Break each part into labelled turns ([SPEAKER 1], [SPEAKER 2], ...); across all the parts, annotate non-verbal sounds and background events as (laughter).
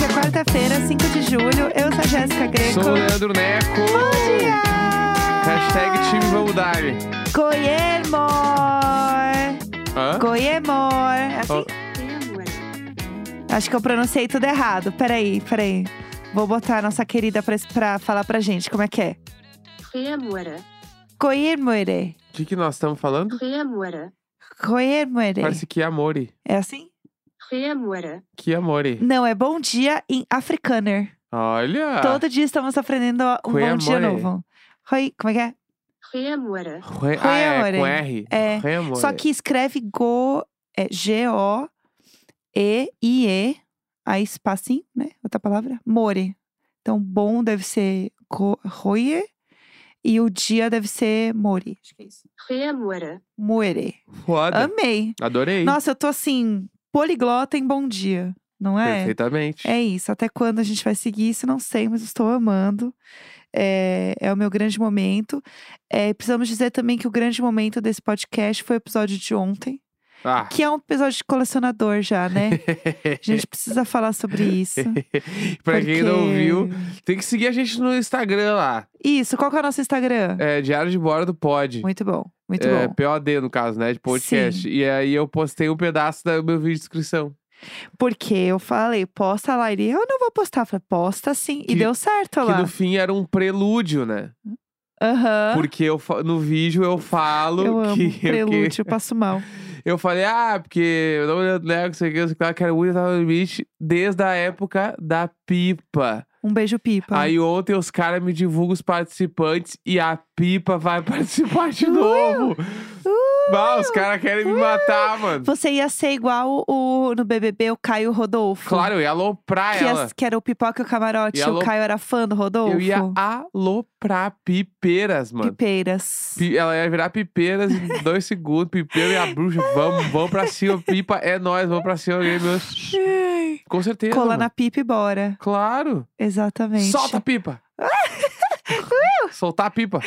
[SPEAKER 1] Quinta-feira, 5 é de julho. Eu sou a Jéssica Greco.
[SPEAKER 2] Sou o Leandro Neco.
[SPEAKER 1] Bom dia!
[SPEAKER 2] Hashtag time vamos dar.
[SPEAKER 1] Goiemor!
[SPEAKER 2] Hã?
[SPEAKER 1] Goiemor! É Assim? Acho que eu pronunciei tudo errado. Peraí, peraí. Vou botar a nossa querida pra, pra falar pra gente como é que é.
[SPEAKER 3] Goiemora,
[SPEAKER 1] Goiemore.
[SPEAKER 2] O que, que nós estamos falando?
[SPEAKER 3] Goiemora,
[SPEAKER 1] Goiemore.
[SPEAKER 2] Parece que amore.
[SPEAKER 1] É assim?
[SPEAKER 3] Goiemora,
[SPEAKER 2] Que amore.
[SPEAKER 1] Não, é bom dia em africâner.
[SPEAKER 2] Olha!
[SPEAKER 1] Todo dia estamos aprendendo um bom dia
[SPEAKER 2] Goiemore.
[SPEAKER 1] novo. Oi, como é que é?
[SPEAKER 3] Goiemora,
[SPEAKER 2] Re... Ah, é,
[SPEAKER 1] Re-amore.
[SPEAKER 2] com R.
[SPEAKER 1] É.
[SPEAKER 2] Re-amore.
[SPEAKER 1] Só que escreve go, é, G-O-E-I-E, aí espacinho, né? Outra palavra, more. Então, bom deve ser go- roie e o dia deve ser more. Acho que é isso.
[SPEAKER 3] Goiemora,
[SPEAKER 1] More.
[SPEAKER 2] Foda.
[SPEAKER 1] Amei.
[SPEAKER 2] Adorei.
[SPEAKER 1] Nossa, eu tô assim, poliglota em bom dia, não é?
[SPEAKER 2] Perfeitamente.
[SPEAKER 1] É isso. Até quando a gente vai seguir isso, não sei, mas estou amando. É, é o meu grande momento. É, precisamos dizer também que o grande momento desse podcast foi o episódio de ontem.
[SPEAKER 2] Ah.
[SPEAKER 1] Que é um episódio de colecionador já, né? A gente precisa falar sobre isso.
[SPEAKER 2] (laughs) pra quem não
[SPEAKER 1] porque-
[SPEAKER 2] viu, tem que seguir a gente no Instagram lá.
[SPEAKER 1] Isso, qual que é o nosso Instagram?
[SPEAKER 2] É, Diário de Bordo Pod.
[SPEAKER 1] Muito bom, muito
[SPEAKER 2] É,
[SPEAKER 1] bom.
[SPEAKER 2] POD, no caso, né? De podcast. E aí eu postei um pedaço do meu vídeo de inscrição.
[SPEAKER 1] Porque eu falei, posta lá. Ele, eu não vou postar. Eu falei, posta sim.
[SPEAKER 2] Que-
[SPEAKER 1] e deu certo
[SPEAKER 2] Que
[SPEAKER 1] lá.
[SPEAKER 2] no fim era um prelúdio, né?
[SPEAKER 1] Aham.
[SPEAKER 2] Porque eu, fa- no vídeo eu falo
[SPEAKER 1] Eu amo.
[SPEAKER 2] que,
[SPEAKER 1] Prelúdio,
[SPEAKER 2] que
[SPEAKER 1] eu passo mal.
[SPEAKER 2] eu falei, ah, porque eu não me nego, sei o que, não sei o que, lá, que era muito tava no limite desde a época da pipa.
[SPEAKER 1] Um beijo, Pipa.
[SPEAKER 2] Aí ontem os caras me divulgam os participantes e a pipa vai (laughs) participar de
[SPEAKER 1] Uh!
[SPEAKER 2] novo.
[SPEAKER 1] Uh!
[SPEAKER 2] Bah, os caras querem me matar, mano.
[SPEAKER 1] Você ia ser igual o, no BBB, o Caio Rodolfo.
[SPEAKER 2] Claro, eu ia aloprar
[SPEAKER 1] que,
[SPEAKER 2] ela.
[SPEAKER 1] as- que era o Pipoca e o Camarote.
[SPEAKER 2] Ia
[SPEAKER 1] O
[SPEAKER 2] lo-
[SPEAKER 1] Caio era fã do Rodolfo.
[SPEAKER 2] Eu ia aloprar pipeiras, mano.
[SPEAKER 1] Pipeiras.
[SPEAKER 2] Pi- Ela ia virar
[SPEAKER 1] (laughs)
[SPEAKER 2] pipeiras em dois segundos. Pipeiro e a bruxa. Vamos, vamos pra cima. Pipa é nós, vamos pra cima. Alguém, meus...
[SPEAKER 1] Ai.
[SPEAKER 2] Com certeza.
[SPEAKER 1] Cola
[SPEAKER 2] mano.
[SPEAKER 1] na pipa e bora.
[SPEAKER 2] Claro.
[SPEAKER 1] Exatamente.
[SPEAKER 2] Solta
[SPEAKER 1] (laughs)
[SPEAKER 2] a pipa.
[SPEAKER 1] Uh!
[SPEAKER 2] Soltar a pipa.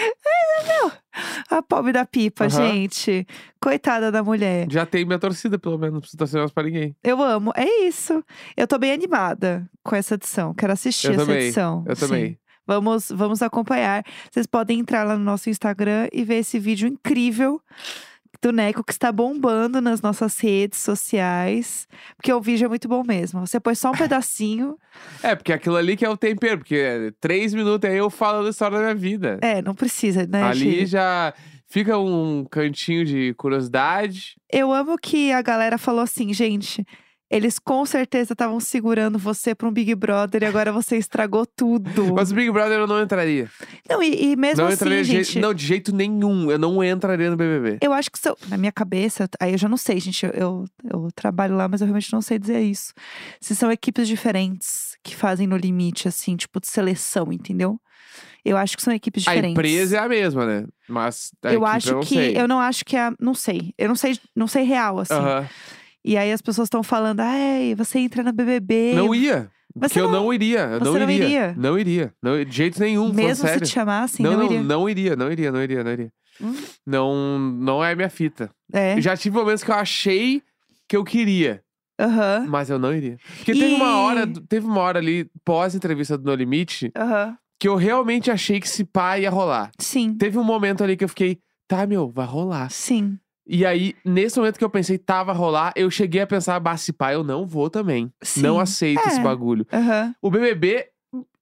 [SPEAKER 1] A pobre da pipa,
[SPEAKER 2] Aham.
[SPEAKER 1] gente. Coitada da mulher.
[SPEAKER 2] Já tem minha torcida, pelo menos. Não preciso torcer mais pra ninguém.
[SPEAKER 1] Eu amo. É isso. Eu tô bem animada com essa edição. Quero assistir
[SPEAKER 2] Eu
[SPEAKER 1] essa
[SPEAKER 2] também,
[SPEAKER 1] edição.
[SPEAKER 2] Eu
[SPEAKER 1] Sim.
[SPEAKER 2] também.
[SPEAKER 1] Vamos, vamos acompanhar. Vocês podem entrar lá no nosso Instagram e ver esse vídeo incrível do Neco que está bombando nas nossas redes sociais. Porque o vídeo é muito bom mesmo. Você põe
[SPEAKER 2] (laughs)
[SPEAKER 1] só um pedacinho.
[SPEAKER 2] É, porque aquilo ali que é o tempero. Porque é três minutos aí eu falando a história da minha vida.
[SPEAKER 1] É, não precisa, né,
[SPEAKER 2] ali
[SPEAKER 1] gente?
[SPEAKER 2] já fica um cantinho de curiosidade.
[SPEAKER 1] Eu amo que a galera falou assim, gente. Eles com certeza estavam segurando você para um Big Brother e agora você estragou tudo.
[SPEAKER 2] Mas o Big Brother eu não entraria.
[SPEAKER 1] Não, e, e mesmo
[SPEAKER 2] não
[SPEAKER 1] assim,
[SPEAKER 2] entraria de
[SPEAKER 1] gente. É
[SPEAKER 2] jeito, não, de jeito nenhum. Eu não entraria no BBB.
[SPEAKER 1] Eu acho que se eu- na minha cabeça, aí eu já não sei, gente. Eu, eu, eu trabalho lá, mas eu realmente não sei dizer isso. Se são equipes diferentes que fazem no limite, assim, tipo de seleção, entendeu? Eu acho que são equipes
[SPEAKER 2] A
[SPEAKER 1] diferentes.
[SPEAKER 2] empresa é a mesma, né? Mas a
[SPEAKER 1] eu
[SPEAKER 2] equipe
[SPEAKER 1] acho
[SPEAKER 2] eu não
[SPEAKER 1] que
[SPEAKER 2] sei.
[SPEAKER 1] eu não acho que é, não sei. Eu não sei, não sei real assim.
[SPEAKER 2] Aham.
[SPEAKER 1] E aí as pessoas estão falando: "Ai, você entra na BBB".
[SPEAKER 2] Não ia.
[SPEAKER 1] Mas
[SPEAKER 2] que
[SPEAKER 1] você
[SPEAKER 2] eu não iria. Eu
[SPEAKER 1] você não
[SPEAKER 2] iria.
[SPEAKER 1] iria?
[SPEAKER 2] Não iria. Não- de jeito nenhum, falando
[SPEAKER 1] mesmo se
[SPEAKER 2] sério.
[SPEAKER 1] te chamassem,
[SPEAKER 2] não,
[SPEAKER 1] não,
[SPEAKER 2] não,
[SPEAKER 1] iria.
[SPEAKER 2] não iria, não iria, não iria, não iria.
[SPEAKER 1] Hum.
[SPEAKER 2] Não, não é minha fita.
[SPEAKER 1] É.
[SPEAKER 2] Eu Já tive momentos que eu achei que eu queria,
[SPEAKER 1] Aham.
[SPEAKER 2] mas eu não iria. Porque teve
[SPEAKER 1] E-
[SPEAKER 2] uma hora, teve uma hora ali pós entrevista do No Limite
[SPEAKER 1] Aham.
[SPEAKER 2] que eu realmente achei que esse pá ia rolar.
[SPEAKER 1] Sim.
[SPEAKER 2] Teve um momento ali que eu fiquei, tá, meu, vai rolar.
[SPEAKER 1] Sim.
[SPEAKER 2] E aí, nesse momento que eu pensei, tava a rolar, eu cheguei a pensar, bah, se pá, eu não vou também.
[SPEAKER 1] Sim.
[SPEAKER 2] Não aceito esse
[SPEAKER 1] É.
[SPEAKER 2] bagulho.
[SPEAKER 1] Aham.
[SPEAKER 2] O BBB,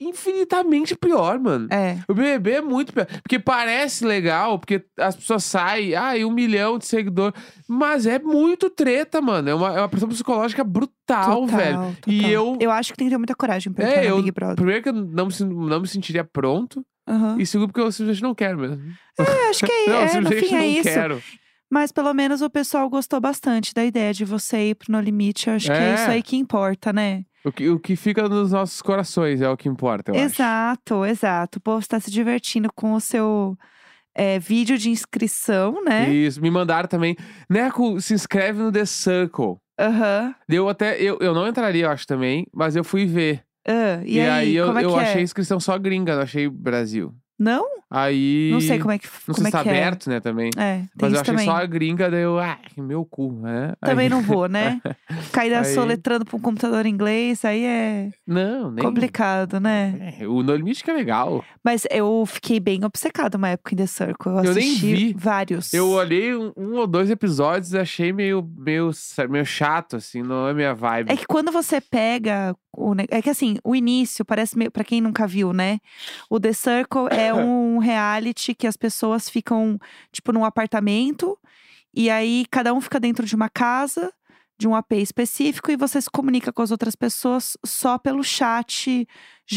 [SPEAKER 2] infinitamente pior, mano.
[SPEAKER 1] É.
[SPEAKER 2] O BBB é muito pior. Porque parece legal, porque as pessoas saem, ah, e um milhão de seguidor. Mas é muito treta, mano. É uma, é uma pressão psicológica brutal,
[SPEAKER 1] Total,
[SPEAKER 2] velho. E
[SPEAKER 1] total.
[SPEAKER 2] eu-
[SPEAKER 1] Eu acho que tem que ter muita coragem pra
[SPEAKER 2] É,
[SPEAKER 1] entrar no
[SPEAKER 2] eu-
[SPEAKER 1] Big Brother.
[SPEAKER 2] Primeiro que eu não me, sin- não me sentiria pronto.
[SPEAKER 1] Aham.
[SPEAKER 2] E segundo, porque eu simplesmente não quero mesmo.
[SPEAKER 1] É, acho que é,
[SPEAKER 2] (laughs) não,
[SPEAKER 1] é no
[SPEAKER 2] simplesmente
[SPEAKER 1] fim
[SPEAKER 2] não
[SPEAKER 1] é isso.
[SPEAKER 2] quero.
[SPEAKER 1] Mas pelo menos o pessoal gostou bastante da ideia de você ir pro No Limite. Eu acho que é
[SPEAKER 2] É.
[SPEAKER 1] isso aí que importa, né?
[SPEAKER 2] O que, o que fica nos nossos corações é o que importa, eu acho.
[SPEAKER 1] exato, exato. O povo está se divertindo com o seu é, vídeo de inscrição, né?
[SPEAKER 2] Isso, me mandaram também. Neco, se inscreve no The Circle.
[SPEAKER 1] Aham.
[SPEAKER 2] Eu até, eu, eu não entraria, eu acho também, mas eu fui ver.
[SPEAKER 1] Ah, e, aí,
[SPEAKER 2] eu,
[SPEAKER 1] como é
[SPEAKER 2] eu
[SPEAKER 1] que
[SPEAKER 2] achei a
[SPEAKER 1] é?
[SPEAKER 2] inscrição só gringa, não achei Brasil.
[SPEAKER 1] Não?
[SPEAKER 2] Aí.
[SPEAKER 1] Não sei como é que como
[SPEAKER 2] Não sei
[SPEAKER 1] é
[SPEAKER 2] se tá
[SPEAKER 1] que
[SPEAKER 2] aberto, né, também.
[SPEAKER 1] é. É, tem
[SPEAKER 2] Mas eu
[SPEAKER 1] isso
[SPEAKER 2] achei
[SPEAKER 1] também.
[SPEAKER 2] só a gringa, daí eu, ah, que meu cu, né? Aí-
[SPEAKER 1] Também não vou,
[SPEAKER 2] (laughs)
[SPEAKER 1] né? Cair da
[SPEAKER 2] Aí-
[SPEAKER 1] soletrando pra um computador em inglês, aí é
[SPEAKER 2] Não, nem.
[SPEAKER 1] complicado, né?
[SPEAKER 2] É, o No Limite que é legal.
[SPEAKER 1] Mas eu fiquei bem obcecada uma época em The Circle. Eu,
[SPEAKER 2] Eu nem
[SPEAKER 1] assisti
[SPEAKER 2] vi.
[SPEAKER 1] vários.
[SPEAKER 2] Eu olhei um, um ou dois episódios e achei meio, meio, sa- meio chato, assim, não é minha vibe.
[SPEAKER 1] É que quando você pega o ne- é que assim, o início parece meio para quem nunca viu, né? O The Circle
[SPEAKER 2] (coughs)
[SPEAKER 1] é um reality que as pessoas ficam tipo num apartamento e aí cada um fica dentro de uma casa, de um AP específico e você se comunica com as outras pessoas só pelo chat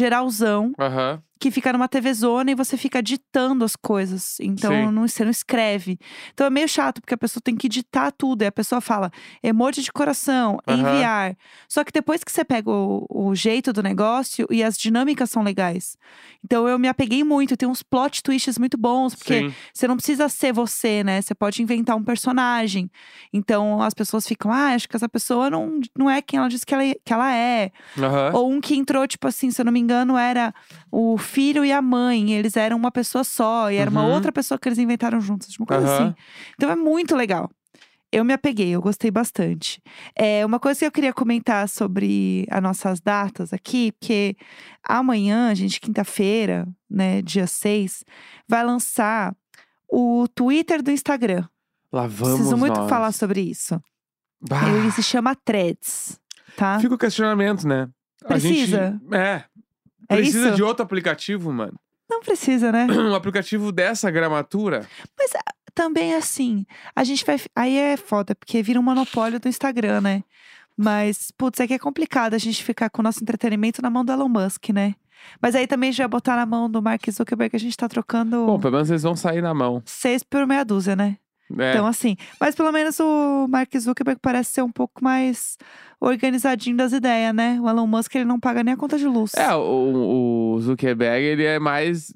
[SPEAKER 1] geralzão
[SPEAKER 2] Aham.
[SPEAKER 1] que fica numa TV zona e você fica ditando as coisas. Então
[SPEAKER 2] Sim.
[SPEAKER 1] não, você não escreve. Então é meio chato, porque a pessoa tem que ditar tudo. E a pessoa fala emoji de coração,
[SPEAKER 2] Aham.
[SPEAKER 1] enviar. Só que depois que você pega o, o jeito do negócio e as dinâmicas são legais. Então eu me apeguei muito, tem uns plot twists muito bons, porque
[SPEAKER 2] Sim.
[SPEAKER 1] você não precisa ser você, né? Você pode inventar um personagem. Então as pessoas ficam, ah, acho que essa pessoa não, não é quem ela diz que ela, que ela é.
[SPEAKER 2] Aham.
[SPEAKER 1] Ou um que entrou, tipo assim, se eu não me engano, era o filho e a mãe. Eles eram uma pessoa só, e era uma
[SPEAKER 2] Uhum.
[SPEAKER 1] outra pessoa que eles inventaram juntos, uma coisa
[SPEAKER 2] Aham.
[SPEAKER 1] assim. Então é muito legal. Eu me apeguei, eu gostei bastante. É, uma coisa que eu queria comentar sobre as nossas datas aqui, porque amanhã, gente, quinta-feira, né, dia 6, vai lançar o Twitter do Instagram.
[SPEAKER 2] Lá vamos
[SPEAKER 1] Preciso muito
[SPEAKER 2] nós. Ah.
[SPEAKER 1] falar sobre isso.
[SPEAKER 2] Bah,
[SPEAKER 1] Ele se chama Threads, tá?
[SPEAKER 2] Fica o questionamento, né? A
[SPEAKER 1] Precisa?
[SPEAKER 2] gente, é.
[SPEAKER 1] É
[SPEAKER 2] Precisa
[SPEAKER 1] isso?
[SPEAKER 2] de outro aplicativo, mano. (clears throat)
[SPEAKER 1] Não precisa, né?
[SPEAKER 2] Um aplicativo dessa gramatura.
[SPEAKER 1] também assim, a gente vai. Aí é foda, porque vira um monopólio do Instagram, né? Mas, putz, é que é complicado a gente ficar com o nosso entretenimento na mão do Elon Musk, né? Mas aí também já é botar na mão do Mark Zuckerberg, a gente tá trocando
[SPEAKER 2] Bom, pelo menos eles vão sair na mão.
[SPEAKER 1] seis por meia dúzia, né?
[SPEAKER 2] É.
[SPEAKER 1] Então, assim. Mas pelo menos o Mark Zuckerberg parece ser um pouco mais organizadinho das ideias, né? O Elon Musk, ele não paga nem a conta de luz.
[SPEAKER 2] É, o, o Zuckerberg, ele é mais.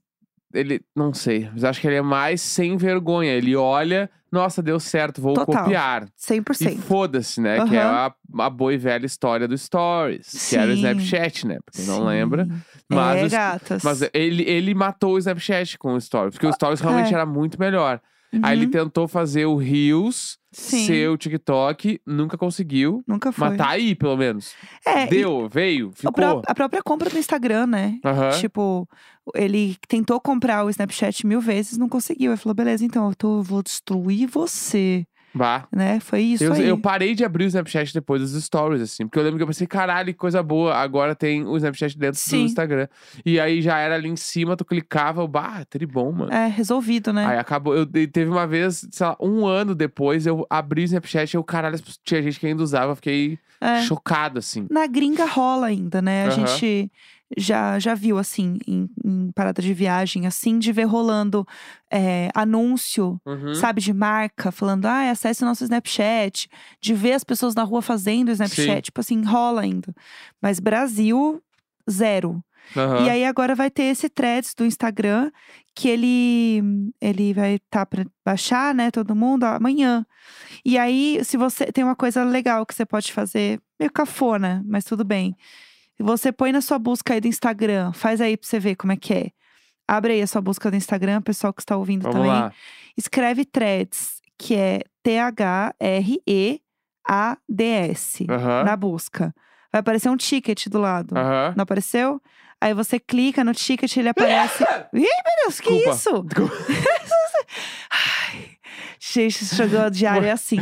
[SPEAKER 2] Ele, não sei, mas acho que ele é mais sem vergonha. Ele olha, nossa, deu certo, vou
[SPEAKER 1] Total.
[SPEAKER 2] copiar. E
[SPEAKER 1] 100%.
[SPEAKER 2] foda-se, né? Que é
[SPEAKER 1] Aham.
[SPEAKER 2] a, a boa e velha história do Stories, que era o
[SPEAKER 1] Sim.
[SPEAKER 2] Snapchat, né? Pra quem não
[SPEAKER 1] Sim.
[SPEAKER 2] lembra. Mas,
[SPEAKER 1] é,
[SPEAKER 2] os-
[SPEAKER 1] gatas.
[SPEAKER 2] mas ele, ele matou o Snapchat com o Stories, porque o Stories realmente
[SPEAKER 1] é.
[SPEAKER 2] era muito melhor. Aí
[SPEAKER 1] Uhum,
[SPEAKER 2] ele tentou fazer o Reels,
[SPEAKER 1] Sim.
[SPEAKER 2] ser o TikTok, nunca conseguiu.
[SPEAKER 1] Nunca foi.
[SPEAKER 2] Mas tá aí, pelo menos.
[SPEAKER 1] É, e-
[SPEAKER 2] Deu, veio,
[SPEAKER 1] O
[SPEAKER 2] ficou.
[SPEAKER 1] pró- a própria compra do Instagram, né?
[SPEAKER 2] Aham.
[SPEAKER 1] Tipo, ele tentou comprar o Snapchat mil vezes, não conseguiu. Ele falou, beleza, então eu tô- vou destruir você,
[SPEAKER 2] Bah.
[SPEAKER 1] né? Foi isso
[SPEAKER 2] eu,
[SPEAKER 1] aí.
[SPEAKER 2] eu parei de abrir o Snapchat depois dos stories, assim. Porque eu lembro que eu pensei, caralho, que coisa boa. Agora tem o Snapchat dentro
[SPEAKER 1] Sim.
[SPEAKER 2] do Instagram. E aí já era ali em cima, tu clicava, eu, bah, tribom, mano.
[SPEAKER 1] É, resolvido, né?
[SPEAKER 2] Aí acabou. Eu e teve uma vez, sei lá, um ano depois, eu abri o Snapchat e eu, caralho, as- tinha gente que ainda usava, eu fiquei
[SPEAKER 1] É.
[SPEAKER 2] chocado, assim.
[SPEAKER 1] Na gringa rola ainda, né? A
[SPEAKER 2] Aham.
[SPEAKER 1] gente já, já viu, assim, em, em parada de viagem, assim, de ver rolando é, anúncio
[SPEAKER 2] Uhum.
[SPEAKER 1] sabe, de marca, falando, ah, acesse o nosso Snapchat, de ver as pessoas na rua fazendo o Snapchat,
[SPEAKER 2] Sim.
[SPEAKER 1] tipo assim, rola ainda. Mas Brasil, zero.
[SPEAKER 2] Aham.
[SPEAKER 1] E aí agora vai ter esse threads do Instagram, que ele, ele vai estar para baixar, né, todo mundo, amanhã. E aí, se você. Tem uma coisa legal que você pode fazer, meio cafona, mas tudo bem. Você põe na sua busca aí do Instagram, faz aí pra você ver como é que é. Abre aí a sua busca do Instagram, pessoal que está ouvindo
[SPEAKER 2] Vamos
[SPEAKER 1] também
[SPEAKER 2] lá.
[SPEAKER 1] escreve threads, que é T-H-R-E-A-D-S,
[SPEAKER 2] Aham.
[SPEAKER 1] na busca. Vai aparecer um ticket do lado.
[SPEAKER 2] Aham.
[SPEAKER 1] Não apareceu? Aí você clica no ticket, ele aparece. Ih, meu Deus, que
[SPEAKER 2] Desculpa.
[SPEAKER 1] isso?
[SPEAKER 2] Desculpa.
[SPEAKER 1] (laughs) Ai, gente, esse jogo diário é assim.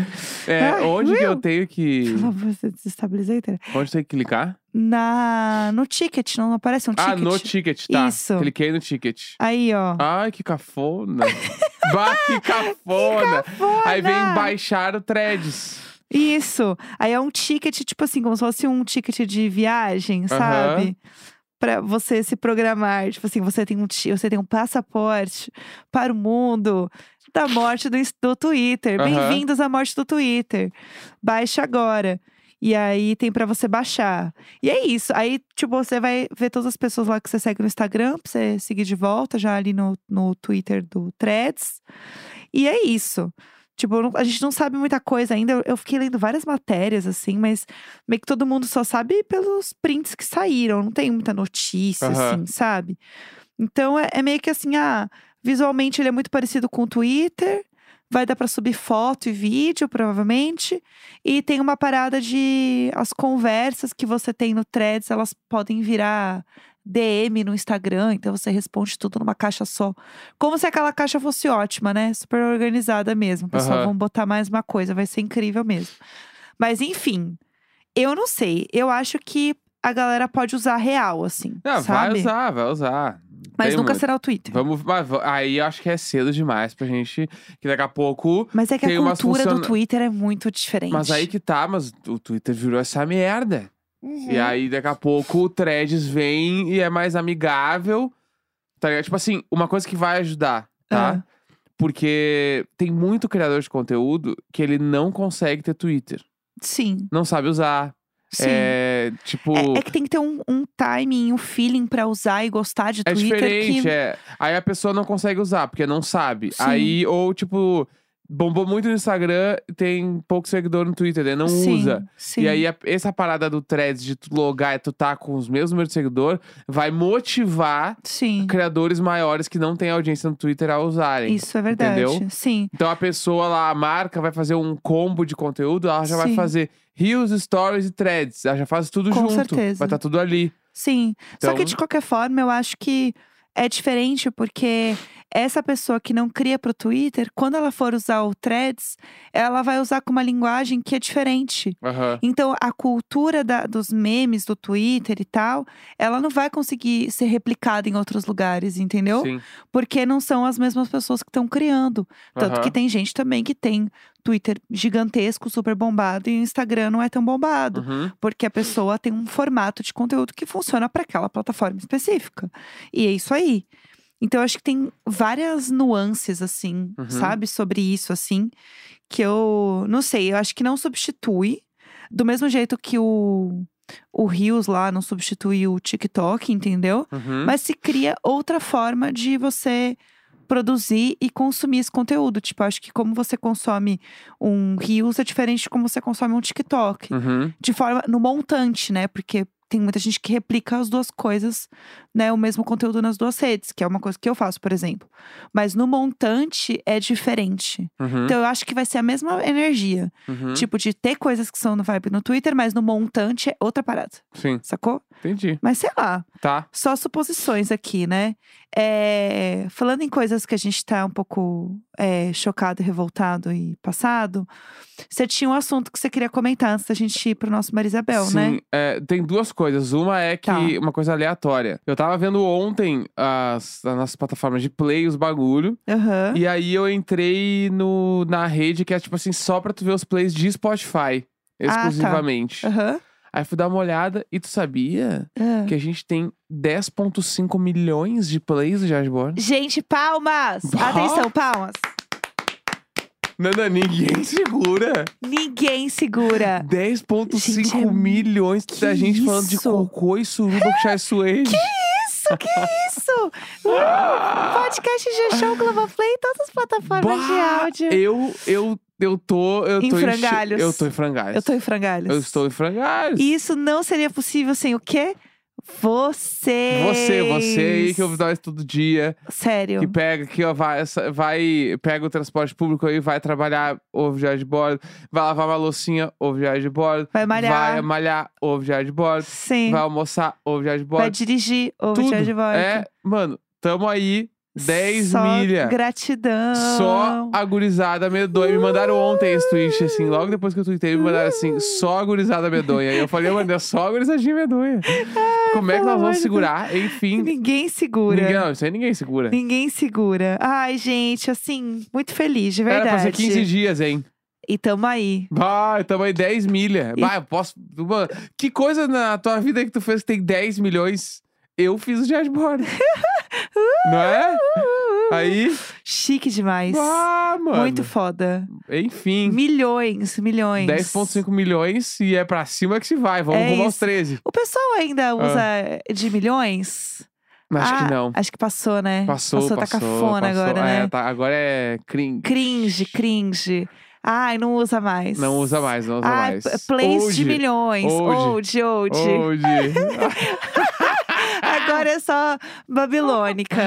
[SPEAKER 2] É,
[SPEAKER 1] Ai,
[SPEAKER 2] onde que
[SPEAKER 1] viu?
[SPEAKER 2] eu tenho que.
[SPEAKER 1] Por favor, você é desestabilizei. Tere.
[SPEAKER 2] Onde eu tenho que clicar?
[SPEAKER 1] Na... No ticket, não aparece um
[SPEAKER 2] Ah,
[SPEAKER 1] ticket?
[SPEAKER 2] no ticket, tá.
[SPEAKER 1] Isso.
[SPEAKER 2] Cliquei no ticket.
[SPEAKER 1] Aí, ó.
[SPEAKER 2] Ai, que cafona. bah,
[SPEAKER 1] (laughs)
[SPEAKER 2] que cafona. Aí vem
[SPEAKER 1] Fona!
[SPEAKER 2] baixar o threads.
[SPEAKER 1] Isso. Aí é um ticket, tipo assim, como se fosse um ticket de viagem, sabe? Pra você se programar. Tipo assim, você tem um, ti- você tem um passaporte para o mundo da morte do, ins- do Twitter.
[SPEAKER 2] Aham.
[SPEAKER 1] Bem-vindos à morte do Twitter. Baixa agora. E aí tem pra você baixar. E é isso. Aí, tipo, você vai ver todas as pessoas lá que você segue no Instagram, pra você seguir de volta, já ali no, no Twitter do Threads. E é isso. Tipo, eu não- a gente não sabe muita coisa ainda. Eu, eu fiquei lendo várias matérias, assim, mas meio que todo mundo só sabe pelos prints que saíram. Não tem muita notícia,
[SPEAKER 2] Aham.
[SPEAKER 1] assim, sabe? Então é, é meio que assim, ah, visualmente ele é muito parecido com o Twitter. Vai dar pra subir foto e vídeo, provavelmente. E tem uma parada de as conversas que você tem no Threads, elas podem virar DM no Instagram, então você responde tudo numa caixa só. Como se aquela caixa fosse ótima, né? Super organizada mesmo. Pessoal,
[SPEAKER 2] Aham.
[SPEAKER 1] vamos botar mais uma coisa, vai ser incrível mesmo. Mas enfim, eu não sei. Eu acho que a galera pode usar real, assim.
[SPEAKER 2] Ah, vai
[SPEAKER 1] sabe?
[SPEAKER 2] usar, vai usar.
[SPEAKER 1] Mas
[SPEAKER 2] Tem
[SPEAKER 1] nunca
[SPEAKER 2] muito.
[SPEAKER 1] será o Twitter.
[SPEAKER 2] Vamos, mas va- aí eu acho que é cedo demais pra gente. Que daqui a pouco.
[SPEAKER 1] Mas é que
[SPEAKER 2] Tem
[SPEAKER 1] a
[SPEAKER 2] umas
[SPEAKER 1] cultura do
[SPEAKER 2] funciona-
[SPEAKER 1] Twitter é muito diferente.
[SPEAKER 2] Mas aí que tá, mas o Twitter virou essa merda.
[SPEAKER 1] Uhum.
[SPEAKER 2] E aí daqui a pouco o Threads vem e é mais amigável. Tá ligado? Tipo assim, uma coisa que vai ajudar,
[SPEAKER 1] Ah,
[SPEAKER 2] tá? Porque tem muito criador de conteúdo que ele não consegue ter Twitter.
[SPEAKER 1] Sim,
[SPEAKER 2] Não sabe usar.
[SPEAKER 1] sim.
[SPEAKER 2] É tipo.
[SPEAKER 1] É, é que tem que ter um, um timing, um feeling pra usar e gostar de
[SPEAKER 2] É
[SPEAKER 1] Twitter.
[SPEAKER 2] diferente,
[SPEAKER 1] que...
[SPEAKER 2] é. Aí a pessoa não consegue usar, porque não sabe.
[SPEAKER 1] Sim.
[SPEAKER 2] Aí, ou tipo, bombou muito no Instagram, tem pouco seguidor no Twitter, daí não
[SPEAKER 1] Sim,
[SPEAKER 2] usa.
[SPEAKER 1] Sim.
[SPEAKER 2] E aí, a- essa parada do threads de tu logar e tu tá com os mesmos números de seguidor, vai motivar (laughs)
[SPEAKER 1] Sim.
[SPEAKER 2] criadores maiores que não têm audiência no Twitter a usarem.
[SPEAKER 1] Isso é verdade.
[SPEAKER 2] entendeu?
[SPEAKER 1] Sim.
[SPEAKER 2] Então a pessoa lá, a marca, vai fazer um combo de conteúdo, ela já vai
[SPEAKER 1] Sim.
[SPEAKER 2] fazer reels, stories e threads. Ela já faz tudo
[SPEAKER 1] Com
[SPEAKER 2] junto.
[SPEAKER 1] certeza.
[SPEAKER 2] Vai estar tudo ali.
[SPEAKER 1] Sim. Só que
[SPEAKER 2] Então-
[SPEAKER 1] de qualquer forma, eu acho que é diferente porque essa pessoa que não cria pro Twitter, quando ela for usar o Threads, ela vai usar com uma linguagem que é diferente.
[SPEAKER 2] Aham.
[SPEAKER 1] Então, a cultura da- dos memes do Twitter e tal, ela não vai conseguir ser replicada em outros lugares, entendeu?
[SPEAKER 2] Sim.
[SPEAKER 1] Porque não são as mesmas pessoas que estão criando. Tanto que
[SPEAKER 2] Aham.
[SPEAKER 1] tem gente também que tem Twitter gigantesco, super bombado, e o Instagram não é tão bombado.
[SPEAKER 2] Uhum.
[SPEAKER 1] Porque a pessoa tem um formato de conteúdo que funciona para aquela plataforma específica. E é isso aí. Então, eu acho que tem várias nuances, assim,
[SPEAKER 2] Uhum.
[SPEAKER 1] sabe? Sobre isso, assim. Que eu não sei, eu acho que não substitui. Do mesmo jeito que o, o Rios lá não substitui o TikTok, entendeu?
[SPEAKER 2] Uhum.
[SPEAKER 1] Mas se cria outra forma de você produzir e consumir esse conteúdo. Tipo, eu acho que como você consome um Rios é diferente de como você consome um TikTok
[SPEAKER 2] Uhum.
[SPEAKER 1] de forma no montante, né? Porque tem muita gente que replica as duas coisas, né? O mesmo conteúdo nas duas redes, que é uma coisa que eu faço, por exemplo. Mas no montante é diferente.
[SPEAKER 2] Uhum,
[SPEAKER 1] Então eu acho que vai ser a mesma energia.
[SPEAKER 2] uhum.
[SPEAKER 1] Tipo, de ter coisas que são no vibe no Twitter, mas no montante é outra parada,
[SPEAKER 2] Sim,
[SPEAKER 1] sacou?
[SPEAKER 2] entendi.
[SPEAKER 1] Mas sei lá,
[SPEAKER 2] Tá.
[SPEAKER 1] só suposições aqui, né? É, Falando em coisas que a gente tá um pouco é, chocado, revoltado e passado, você tinha um assunto que você queria comentar antes da gente ir pro nosso Marisabel,
[SPEAKER 2] Sim,
[SPEAKER 1] né?
[SPEAKER 2] é, tem duas coisas. Uma é que
[SPEAKER 1] Tá.
[SPEAKER 2] uma coisa aleatória. Eu tava vendo ontem as, as nossas plataformas de play, os bagulho.
[SPEAKER 1] Aham.
[SPEAKER 2] E aí eu entrei no, na rede que é tipo assim, só pra tu ver os plays de Spotify.
[SPEAKER 1] tá.
[SPEAKER 2] Exclusivamente.
[SPEAKER 1] Aham.
[SPEAKER 2] Aí fui dar uma olhada e tu sabia
[SPEAKER 1] Ah.
[SPEAKER 2] que a gente tem 10,5 milhões de plays do Jashborn?
[SPEAKER 1] Gente, palmas!
[SPEAKER 2] Bah!
[SPEAKER 1] Atenção, palmas!
[SPEAKER 2] Nanda, ninguém (laughs) segura.
[SPEAKER 1] Ninguém segura.
[SPEAKER 2] 10,5
[SPEAKER 1] Gente, é mu-
[SPEAKER 2] milhões
[SPEAKER 1] Que
[SPEAKER 2] da gente falando de
[SPEAKER 1] isso?
[SPEAKER 2] cocô e suruba com Chai Suede.
[SPEAKER 1] Isso, que isso! Podcast G-Show, Globoplay e todas as plataformas de
[SPEAKER 2] Bah!
[SPEAKER 1] áudio.
[SPEAKER 2] Eu, eu, eu tô. Eu
[SPEAKER 1] Em
[SPEAKER 2] tô che-
[SPEAKER 1] frangalhos.
[SPEAKER 2] Eu tô em frangalhos.
[SPEAKER 1] Eu tô em frangalhos.
[SPEAKER 2] Eu estou em frangalhos.
[SPEAKER 1] Isso não seria possível sem o quê? Você.
[SPEAKER 2] Você, você aí que ouve nós todo dia,
[SPEAKER 1] Sério.
[SPEAKER 2] que pega aqui, ó, vai, essa- vai- pega o transporte público aí, vai trabalhar, ouve diário de bordo, vai lavar uma loucinha, ouve diário de bordo,
[SPEAKER 1] Vai malhar.
[SPEAKER 2] vai malhar, ouve diário de bordo,
[SPEAKER 1] Sim.
[SPEAKER 2] vai almoçar, ouve diário de bordo.
[SPEAKER 1] Vai dirigir. Ouve
[SPEAKER 2] Tudo.
[SPEAKER 1] Jorge Borg.
[SPEAKER 2] É, mano, tamo aí, 10
[SPEAKER 1] Só
[SPEAKER 2] milha.
[SPEAKER 1] Gratidão.
[SPEAKER 2] Só
[SPEAKER 1] Ah.
[SPEAKER 2] a gurizada medonha. Me mandaram ontem esse tweet, assim, logo depois que eu tuitei, me mandaram assim, só a gurizada medonha. E eu falei, mano, é só a gurizadinha medonha. Como é que
[SPEAKER 1] pelo
[SPEAKER 2] nós
[SPEAKER 1] amor
[SPEAKER 2] vamos
[SPEAKER 1] de
[SPEAKER 2] segurar? Enfim.
[SPEAKER 1] Ninguém segura.
[SPEAKER 2] Ninguém, não, isso aí ninguém segura.
[SPEAKER 1] Ninguém segura. Ai, gente, assim, muito feliz, de verdade.
[SPEAKER 2] Era pra ser 15 dias, hein?
[SPEAKER 1] E tamo aí.
[SPEAKER 2] Bah, tamo aí 10 milha.
[SPEAKER 1] E-
[SPEAKER 2] Bah, eu posso. Mano, que coisa na tua vida que tu fez que tem 10 milhões? Eu fiz
[SPEAKER 1] (laughs)
[SPEAKER 2] o Jazborn. não é? Aí.
[SPEAKER 1] Chique demais.
[SPEAKER 2] Ah, mano.
[SPEAKER 1] muito foda.
[SPEAKER 2] Enfim.
[SPEAKER 1] Milhões, milhões.
[SPEAKER 2] 10,5 milhões e é pra cima que se vai. Vamos,
[SPEAKER 1] É
[SPEAKER 2] vamos aos
[SPEAKER 1] isso.
[SPEAKER 2] 13.
[SPEAKER 1] O pessoal ainda usa de milhões?
[SPEAKER 2] Ah. Acho
[SPEAKER 1] Ah,
[SPEAKER 2] que não.
[SPEAKER 1] Acho que passou, né?
[SPEAKER 2] Passou, passou.
[SPEAKER 1] tá cafona
[SPEAKER 2] passou.
[SPEAKER 1] agora,
[SPEAKER 2] É,
[SPEAKER 1] né?
[SPEAKER 2] tá- agora é cringe.
[SPEAKER 1] Cringe, cringe. Ai, não usa mais.
[SPEAKER 2] Não usa mais, não usa
[SPEAKER 1] Ai,
[SPEAKER 2] mais.
[SPEAKER 1] p- Ah, plays de
[SPEAKER 2] Old,
[SPEAKER 1] milhões.
[SPEAKER 2] Old.
[SPEAKER 1] old. old.
[SPEAKER 2] Old.
[SPEAKER 1] Agora agora é só babilônica.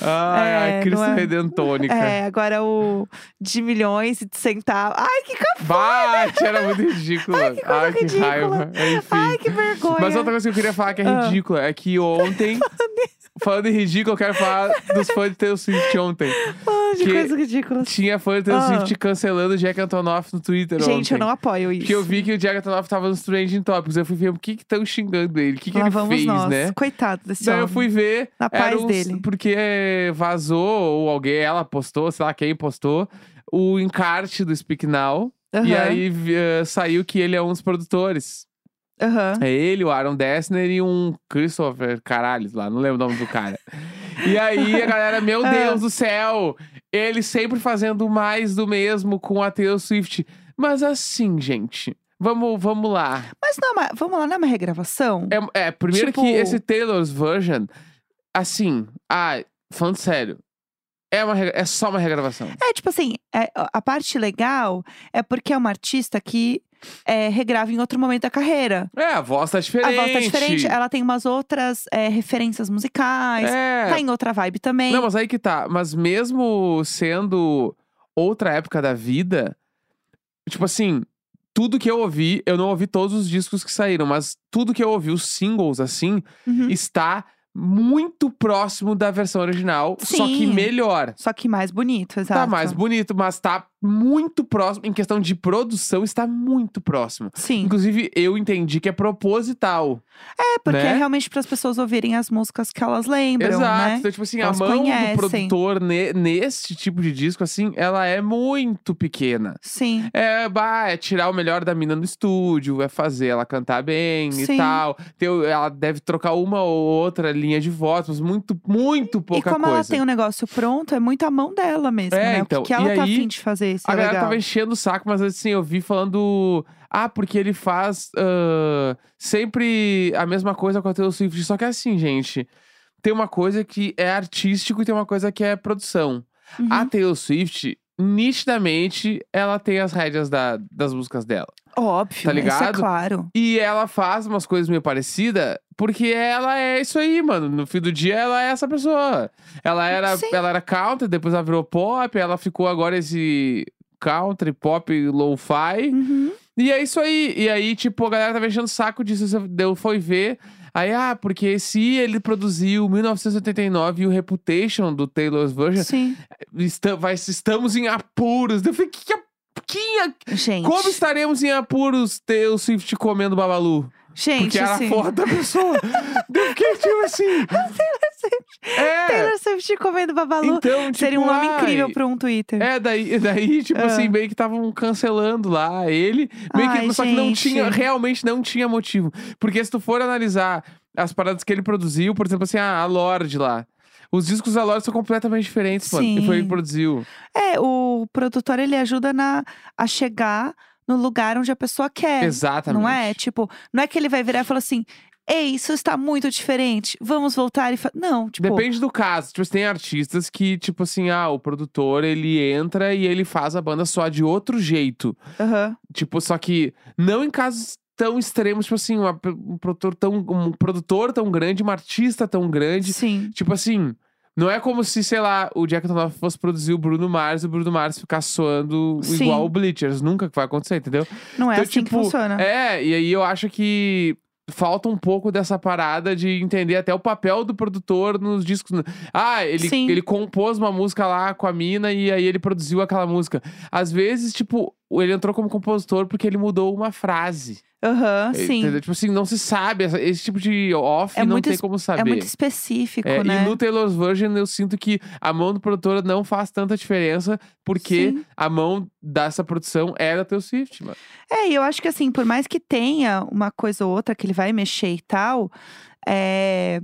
[SPEAKER 2] Ai,
[SPEAKER 1] (laughs) É,
[SPEAKER 2] ai, Cristo
[SPEAKER 1] não é-
[SPEAKER 2] Redentônica.
[SPEAKER 1] É, agora o de milhões e de centavos. Ai, que café!
[SPEAKER 2] Bate, era muito ridículo. Ai,
[SPEAKER 1] coisa ridícula.
[SPEAKER 2] raiva. Enfim.
[SPEAKER 1] Ai, que vergonha.
[SPEAKER 2] Mas outra coisa que eu queria falar que é
[SPEAKER 1] Ah.
[SPEAKER 2] ridícula é que
[SPEAKER 1] (laughs)
[SPEAKER 2] ontem, falando em ridículo, eu quero falar dos fãs de Taylor
[SPEAKER 1] (laughs)
[SPEAKER 2] Swift ontem.
[SPEAKER 1] Ah, de
[SPEAKER 2] que-
[SPEAKER 1] coisas ridículas.
[SPEAKER 2] Tinha fã de Taylor
[SPEAKER 1] Ah.
[SPEAKER 2] Swift cancelando o Jack Antonoff no Twitter ontem.
[SPEAKER 1] Gente, eu não apoio isso.
[SPEAKER 2] Porque eu vi que o Jack Antonoff tava nos Trending Topics. Eu fui ver o que que tão xingando ele, o que que
[SPEAKER 1] Lá
[SPEAKER 2] ele
[SPEAKER 1] vamos
[SPEAKER 2] fez,
[SPEAKER 1] nós.
[SPEAKER 2] né?
[SPEAKER 1] Coitado desse
[SPEAKER 2] Daí
[SPEAKER 1] homem.
[SPEAKER 2] eu fui ver.
[SPEAKER 1] Na
[SPEAKER 2] era
[SPEAKER 1] paz
[SPEAKER 2] um-
[SPEAKER 1] dele.
[SPEAKER 2] Porque vazou, ou alguém, ela postou, sei lá quem postou, o encarte do Speak Now. E
[SPEAKER 1] Aham,
[SPEAKER 2] aí vi- eh, saiu que ele é um dos produtores.
[SPEAKER 1] aham.
[SPEAKER 2] É ele, o Aaron Dessner e um Christopher, caralho, lá, não lembro o nome do cara. E aí a galera, meu
[SPEAKER 1] Ah.
[SPEAKER 2] Deus do céu, ele sempre fazendo mais do mesmo com a Taylor Swift. Mas assim, gente, vamos, vamos lá.
[SPEAKER 1] Mas não, é uma- vamos lá, não é uma regravação?
[SPEAKER 2] É, é, primeiro
[SPEAKER 1] Tipo-
[SPEAKER 2] que esse Taylor's version, assim, ah, falando sério, é, uma, regra- é só uma regravação.
[SPEAKER 1] É, tipo assim, é, a parte legal é porque é uma artista que é, regrava em outro momento da carreira.
[SPEAKER 2] É, a voz tá
[SPEAKER 1] A
[SPEAKER 2] diferente.
[SPEAKER 1] voz tá diferente, ela tem umas outras é, referências musicais,
[SPEAKER 2] É.
[SPEAKER 1] tá em outra vibe também.
[SPEAKER 2] Não, mas aí que tá. Mas mesmo sendo outra época da vida, tipo assim, tudo que eu ouvi, eu não ouvi todos os discos que saíram, mas tudo que eu ouvi, os singles, assim,
[SPEAKER 1] Uhum.
[SPEAKER 2] está muito próximo da versão original, só que
[SPEAKER 1] Sim.
[SPEAKER 2] melhor.
[SPEAKER 1] Só que mais bonito, exato.
[SPEAKER 2] Tá mais bonito, mas tá muito próximo. Em questão de produção, está muito próximo. (laughs)
[SPEAKER 1] Sim,
[SPEAKER 2] Inclusive, eu entendi que é proposital.
[SPEAKER 1] é porque
[SPEAKER 2] né?
[SPEAKER 1] é realmente para as pessoas ouvirem as músicas que elas lembram,
[SPEAKER 2] Exato.
[SPEAKER 1] né?
[SPEAKER 2] Então, tipo assim,
[SPEAKER 1] Elas
[SPEAKER 2] a mão
[SPEAKER 1] conhecem.
[SPEAKER 2] do produtor ne- neste tipo de disco, assim, ela é muito pequena.
[SPEAKER 1] Sim.
[SPEAKER 2] É, bah, é tirar o melhor da mina no estúdio, é fazer ela cantar bem
[SPEAKER 1] Sim.
[SPEAKER 2] e tal. Tem o- ela deve trocar uma ou outra linha de voz, mas muito, muito pouca
[SPEAKER 1] e como
[SPEAKER 2] coisa.
[SPEAKER 1] ela tem um o negócio pronto, é muito a mão dela mesmo,
[SPEAKER 2] É,
[SPEAKER 1] né?
[SPEAKER 2] então,
[SPEAKER 1] o que que
[SPEAKER 2] e
[SPEAKER 1] ela tá
[SPEAKER 2] aí,
[SPEAKER 1] afim de fazer, isso
[SPEAKER 2] A
[SPEAKER 1] é
[SPEAKER 2] galera
[SPEAKER 1] legal.
[SPEAKER 2] tava enchendo o saco, mas assim, eu vi falando. Ah, porque ele faz ah, sempre a mesma coisa com a Taylor Swift. Só que assim, gente, tem uma coisa que é artístico e tem uma coisa que é produção.
[SPEAKER 1] Uhum.
[SPEAKER 2] A Taylor Swift, nitidamente, ela tem as rédeas da- das músicas dela.
[SPEAKER 1] Óbvio,
[SPEAKER 2] tá
[SPEAKER 1] isso é
[SPEAKER 2] ligado?
[SPEAKER 1] claro.
[SPEAKER 2] E ela faz umas coisas meio parecidas, porque ela é isso aí, mano. No fim do dia, ela é essa pessoa. Ela era,
[SPEAKER 1] Sim.
[SPEAKER 2] ela era country, depois ela virou pop, ela ficou agora esse country, pop, lo-fi.
[SPEAKER 1] Uhum.
[SPEAKER 2] E é isso aí. E aí, tipo, a galera tava enchendo o saco disso. Você deu, foi ver. Aí, ah, porque se ele produziu 1989 e o Reputation do Taylor's Version,
[SPEAKER 1] Sim.
[SPEAKER 2] Esta- vai- estamos em apuros. Eu falei, que, que, ap- que a-
[SPEAKER 1] Gente.
[SPEAKER 2] como estaremos em apuros ter o Swift comendo Babalu?
[SPEAKER 1] Gente,
[SPEAKER 2] Porque era
[SPEAKER 1] assim,
[SPEAKER 2] a foto da
[SPEAKER 1] (laughs)
[SPEAKER 2] pessoa. Eu fiquei tipo assim. É,
[SPEAKER 1] Taylor Swift comendo babalu
[SPEAKER 2] então, tipo,
[SPEAKER 1] seria um nome
[SPEAKER 2] ai,
[SPEAKER 1] incrível pra um Twitter.
[SPEAKER 2] É, daí, daí tipo
[SPEAKER 1] Ah.
[SPEAKER 2] assim, meio que estavam cancelando lá ele. Meio
[SPEAKER 1] Ai,
[SPEAKER 2] que, só que não
[SPEAKER 1] gente.
[SPEAKER 2] tinha, realmente não tinha motivo. Porque se tu for analisar as paradas que ele produziu, por exemplo, assim, a, a Lorde lá. Os discos da Lorde são completamente diferentes, mano. E foi ele
[SPEAKER 1] Sim.
[SPEAKER 2] que produziu.
[SPEAKER 1] É, o produtor ele ajuda na, a chegar no lugar onde a pessoa quer.
[SPEAKER 2] Exatamente.
[SPEAKER 1] Não é? Tipo, não é que ele vai virar e falar assim: Ei, isso está muito diferente. Vamos voltar e fa-". Não, tipo,
[SPEAKER 2] Depende do caso. Tipo, tem artistas que, tipo assim, ah, o produtor, ele entra e ele faz a banda soar de outro jeito.
[SPEAKER 1] aham,
[SPEAKER 2] Tipo, só que não em casos tão extremos, tipo assim, uma- um produtor tão, um produtor tão grande, uma artista tão grande.
[SPEAKER 1] sim.
[SPEAKER 2] Tipo assim, não é como se, sei lá, o Jack Antonoff fosse produzir o Bruno Mars e o Bruno Mars ficasse soando
[SPEAKER 1] Sim.
[SPEAKER 2] igual o Bleachers. Nunca que vai acontecer, entendeu?
[SPEAKER 1] Não é
[SPEAKER 2] Então,
[SPEAKER 1] assim que
[SPEAKER 2] tipo,
[SPEAKER 1] funciona.
[SPEAKER 2] É, e aí eu acho que falta um pouco dessa parada de entender até o papel do produtor nos discos. Ah, ele,
[SPEAKER 1] Sim.
[SPEAKER 2] ele compôs uma música lá com a mina e aí ele produziu aquela música. Às vezes, tipo, ele entrou como compositor porque ele mudou uma frase.
[SPEAKER 1] Aham, Ah, sim.
[SPEAKER 2] Entendeu? Tipo assim, não se sabe. essa- Esse tipo de off
[SPEAKER 1] É
[SPEAKER 2] não
[SPEAKER 1] muito
[SPEAKER 2] tem
[SPEAKER 1] es-
[SPEAKER 2] como saber.
[SPEAKER 1] É muito específico,
[SPEAKER 2] É,
[SPEAKER 1] né?
[SPEAKER 2] E no Taylor's Version eu sinto que a mão do produtor não faz tanta diferença, porque
[SPEAKER 1] Sim.
[SPEAKER 2] a mão dessa produção é da Taylor Swift, mano.
[SPEAKER 1] É, e eu acho que assim, por mais que tenha uma coisa ou outra que ele vai mexer e tal, é,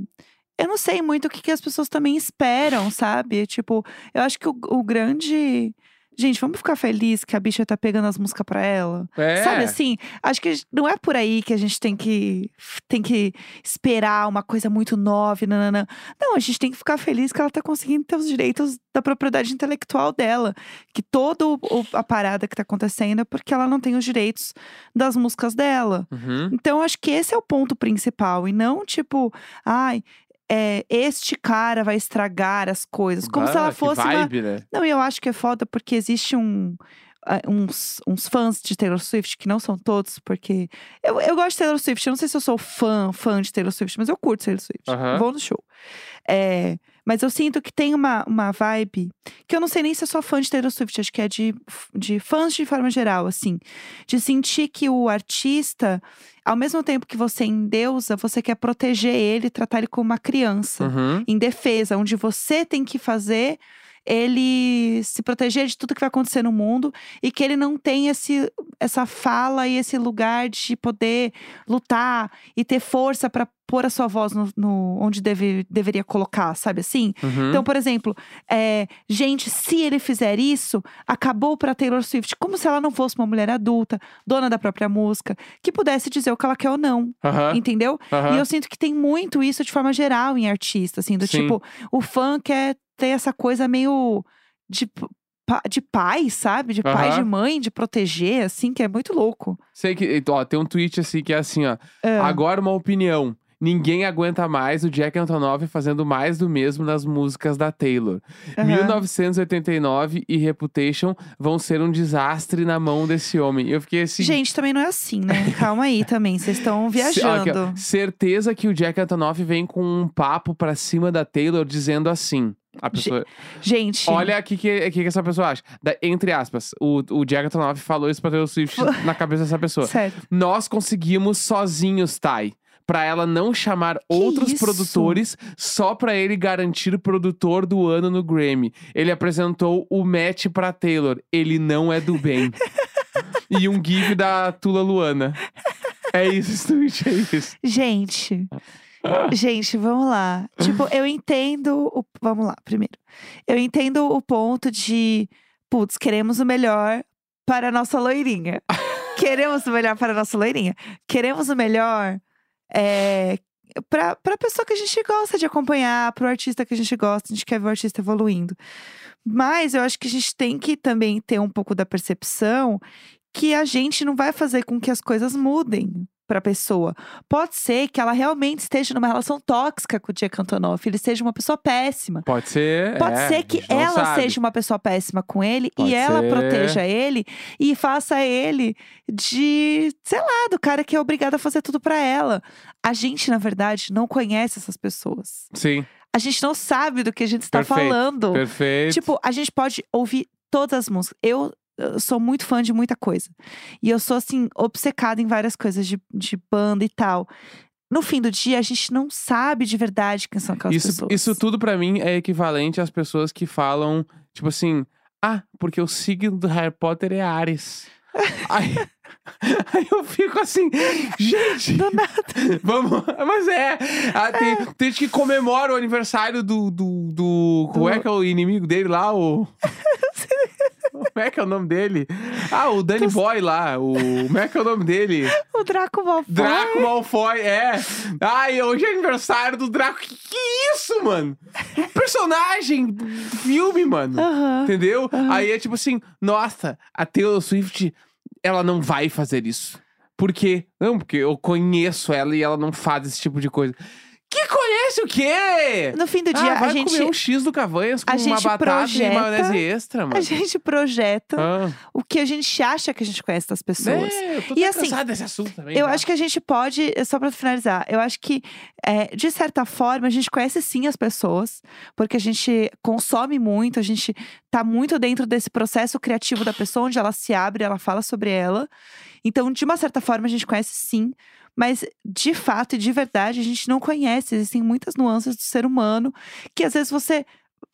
[SPEAKER 1] eu não sei muito o que, que as pessoas também esperam, sabe? Tipo, eu acho que o, o grande. Gente, vamos ficar feliz que a bicha tá pegando as músicas pra ela.
[SPEAKER 2] É.
[SPEAKER 1] Sabe assim? Acho que não é por aí que a gente tem que, tem que esperar uma coisa muito nova, e nananã. Não, a gente tem que ficar feliz que ela tá conseguindo ter os direitos da propriedade intelectual dela. Que toda o- o- a parada que tá acontecendo é porque ela não tem os direitos das músicas dela.
[SPEAKER 2] Uhum.
[SPEAKER 1] Então, acho que esse é o ponto principal. E não tipo, ai, é, este cara vai estragar as coisas. Como se ela
[SPEAKER 2] que
[SPEAKER 1] fosse uma
[SPEAKER 2] vibe, né?
[SPEAKER 1] não, e eu acho que é foda porque existe um. ah, Uns, uns fãs de Taylor Swift, que não são todos, porque. Eu, eu gosto de Taylor Swift. Eu não sei se eu sou fã, fã de Taylor Swift, mas eu curto Taylor Swift.
[SPEAKER 2] Aham.
[SPEAKER 1] Vou no show. É, mas eu sinto que tem uma, uma vibe que eu não sei nem se eu sou fã de Taylor Swift, acho que é de, f- de fãs de forma geral, assim. De sentir que o artista, ao mesmo tempo que você endeusa, você quer proteger ele, tratar ele como uma criança
[SPEAKER 2] Uhum.
[SPEAKER 1] em defesa, onde você tem que fazer ele se proteger de tudo que vai acontecer no mundo e que ele não tem esse, essa fala e esse lugar de poder lutar e ter força para pôr a sua voz no, no- onde deve, deveria colocar, sabe assim?
[SPEAKER 2] Uhum.
[SPEAKER 1] Então, por exemplo, é, gente, se ele fizer isso, acabou pra Taylor Swift, como se ela não fosse uma mulher adulta, dona da própria música, que pudesse dizer o que ela quer ou não,
[SPEAKER 2] Aham,
[SPEAKER 1] entendeu?
[SPEAKER 2] aham.
[SPEAKER 1] E eu sinto que tem muito isso de forma geral em artista, assim, do
[SPEAKER 2] Sim.
[SPEAKER 1] tipo, o fã quer ter essa coisa meio de, p- pa- de pai, sabe? De pai, de
[SPEAKER 2] Aham.
[SPEAKER 1] mãe, de proteger, assim, que é muito louco.
[SPEAKER 2] Sei que, ó, tem um tweet assim que é assim, ó.
[SPEAKER 1] É.
[SPEAKER 2] Agora uma opinião. Ninguém aguenta mais o Jack Antonoff fazendo mais do mesmo nas músicas da Taylor.
[SPEAKER 1] Aham.
[SPEAKER 2] 1989 e Reputation vão ser um desastre na mão desse homem. Eu fiquei assim.
[SPEAKER 1] Gente, também não é assim, né? Calma aí também, vocês estão
[SPEAKER 2] se- ó, aqui, ó.
[SPEAKER 1] viajando.
[SPEAKER 2] certeza que o Jack Antonoff vem com um papo pra cima da Taylor dizendo assim. A pessoa,
[SPEAKER 1] Gente,
[SPEAKER 2] olha o que, que, que que essa pessoa acha. Da- entre aspas, o, o Jack Antonoff falou isso pra Taylor Swift
[SPEAKER 1] (laughs)
[SPEAKER 2] na cabeça dessa pessoa.
[SPEAKER 1] certo.
[SPEAKER 2] Nós conseguimos sozinhos, Thay. Pra ela não chamar outros
[SPEAKER 1] isso?
[SPEAKER 2] produtores, só pra ele garantir produtor do ano no Grammy. Ele apresentou o match pra Taylor. Ele não é
[SPEAKER 1] (laughs)
[SPEAKER 2] do bem. e um give da Tula Luana. É isso, (laughs) esse tweet, é isso.
[SPEAKER 1] Gente. Gente, vamos lá. Tipo, eu entendo. O... Vamos lá, primeiro. Eu entendo o ponto de, putz, queremos o melhor para a nossa loirinha. queremos o melhor para a nossa loirinha. Queremos o melhor é, para a pessoa que a gente gosta de acompanhar, para o artista que a gente gosta. A gente quer ver o artista evoluindo. Mas eu acho que a gente tem que também ter um pouco da percepção que a gente não vai fazer com que as coisas mudem para a pessoa. Pode ser que ela realmente esteja numa relação tóxica com o Jack Antonoff, ele seja uma pessoa péssima.
[SPEAKER 2] Pode ser.
[SPEAKER 1] Pode
[SPEAKER 2] é, a
[SPEAKER 1] ser que
[SPEAKER 2] gente não
[SPEAKER 1] ela
[SPEAKER 2] sabe.
[SPEAKER 1] seja uma pessoa péssima com ele
[SPEAKER 2] Pode
[SPEAKER 1] e ela
[SPEAKER 2] ser.
[SPEAKER 1] proteja ele e faça ele de, sei lá, do cara que é obrigado a fazer tudo pra ela. A gente, na verdade, não conhece essas pessoas.
[SPEAKER 2] Sim,
[SPEAKER 1] A gente não sabe do que a gente está
[SPEAKER 2] Perfeito,
[SPEAKER 1] falando.
[SPEAKER 2] perfeito.
[SPEAKER 1] Tipo, a gente pode ouvir todas as músicas. Eu, eu sou muito fã de muita coisa. E eu sou, assim, obcecada em várias coisas de, de banda e tal. No fim do dia, a gente não sabe de verdade quem são aquelas
[SPEAKER 2] isso,
[SPEAKER 1] pessoas.
[SPEAKER 2] isso tudo pra mim é equivalente às pessoas que falam, tipo assim, ah, porque o signo do Harry Potter é
[SPEAKER 1] (laughs)
[SPEAKER 2] Ares. aí, aí eu fico assim, gente.
[SPEAKER 1] Do nada.
[SPEAKER 2] (laughs) Vamos. Mas é. ah, tem, tem gente que comemora o aniversário do. do, do como é
[SPEAKER 1] Do-
[SPEAKER 2] que é o inimigo dele lá?
[SPEAKER 1] (laughs)
[SPEAKER 2] O. Como é que é o nome dele? Ah, o Danny Boy lá. O, como é que é o nome dele?
[SPEAKER 1] O Draco Malfoy.
[SPEAKER 2] Draco Malfoy, é. Ai, hoje é aniversário do Draco. Que, que é isso, mano? Personagem do filme, mano.
[SPEAKER 1] Aham.
[SPEAKER 2] Entendeu? Aí é tipo assim, nossa, a Taylor Swift, ela não vai fazer isso. Por quê? Não, porque eu conheço ela e ela não faz esse tipo de coisa. Que conhece o quê?
[SPEAKER 1] No fim do
[SPEAKER 2] ah,
[SPEAKER 1] dia,
[SPEAKER 2] vai
[SPEAKER 1] (laughs) a gente.
[SPEAKER 2] comer um X do Cavanhas com
[SPEAKER 1] a
[SPEAKER 2] uma
[SPEAKER 1] gente
[SPEAKER 2] batata e
[SPEAKER 1] projeta-
[SPEAKER 2] maionese extra, mano.
[SPEAKER 1] A gente projeta
[SPEAKER 2] Ah,
[SPEAKER 1] o que a gente acha que a gente conhece das pessoas.
[SPEAKER 2] é, eu tô
[SPEAKER 1] E
[SPEAKER 2] tão
[SPEAKER 1] assim,
[SPEAKER 2] cansada desse assunto também.
[SPEAKER 1] Eu
[SPEAKER 2] tá?
[SPEAKER 1] acho que a gente pode, só pra finalizar, eu acho que, é, de certa forma, a gente conhece sim as pessoas, porque a gente consome muito, a gente tá muito dentro desse processo criativo da pessoa, onde ela se abre, ela fala sobre ela. Então, de uma certa forma, a gente conhece sim, mas de fato e de verdade, a gente não conhece. Existem muitas nuances do ser humano que às vezes você.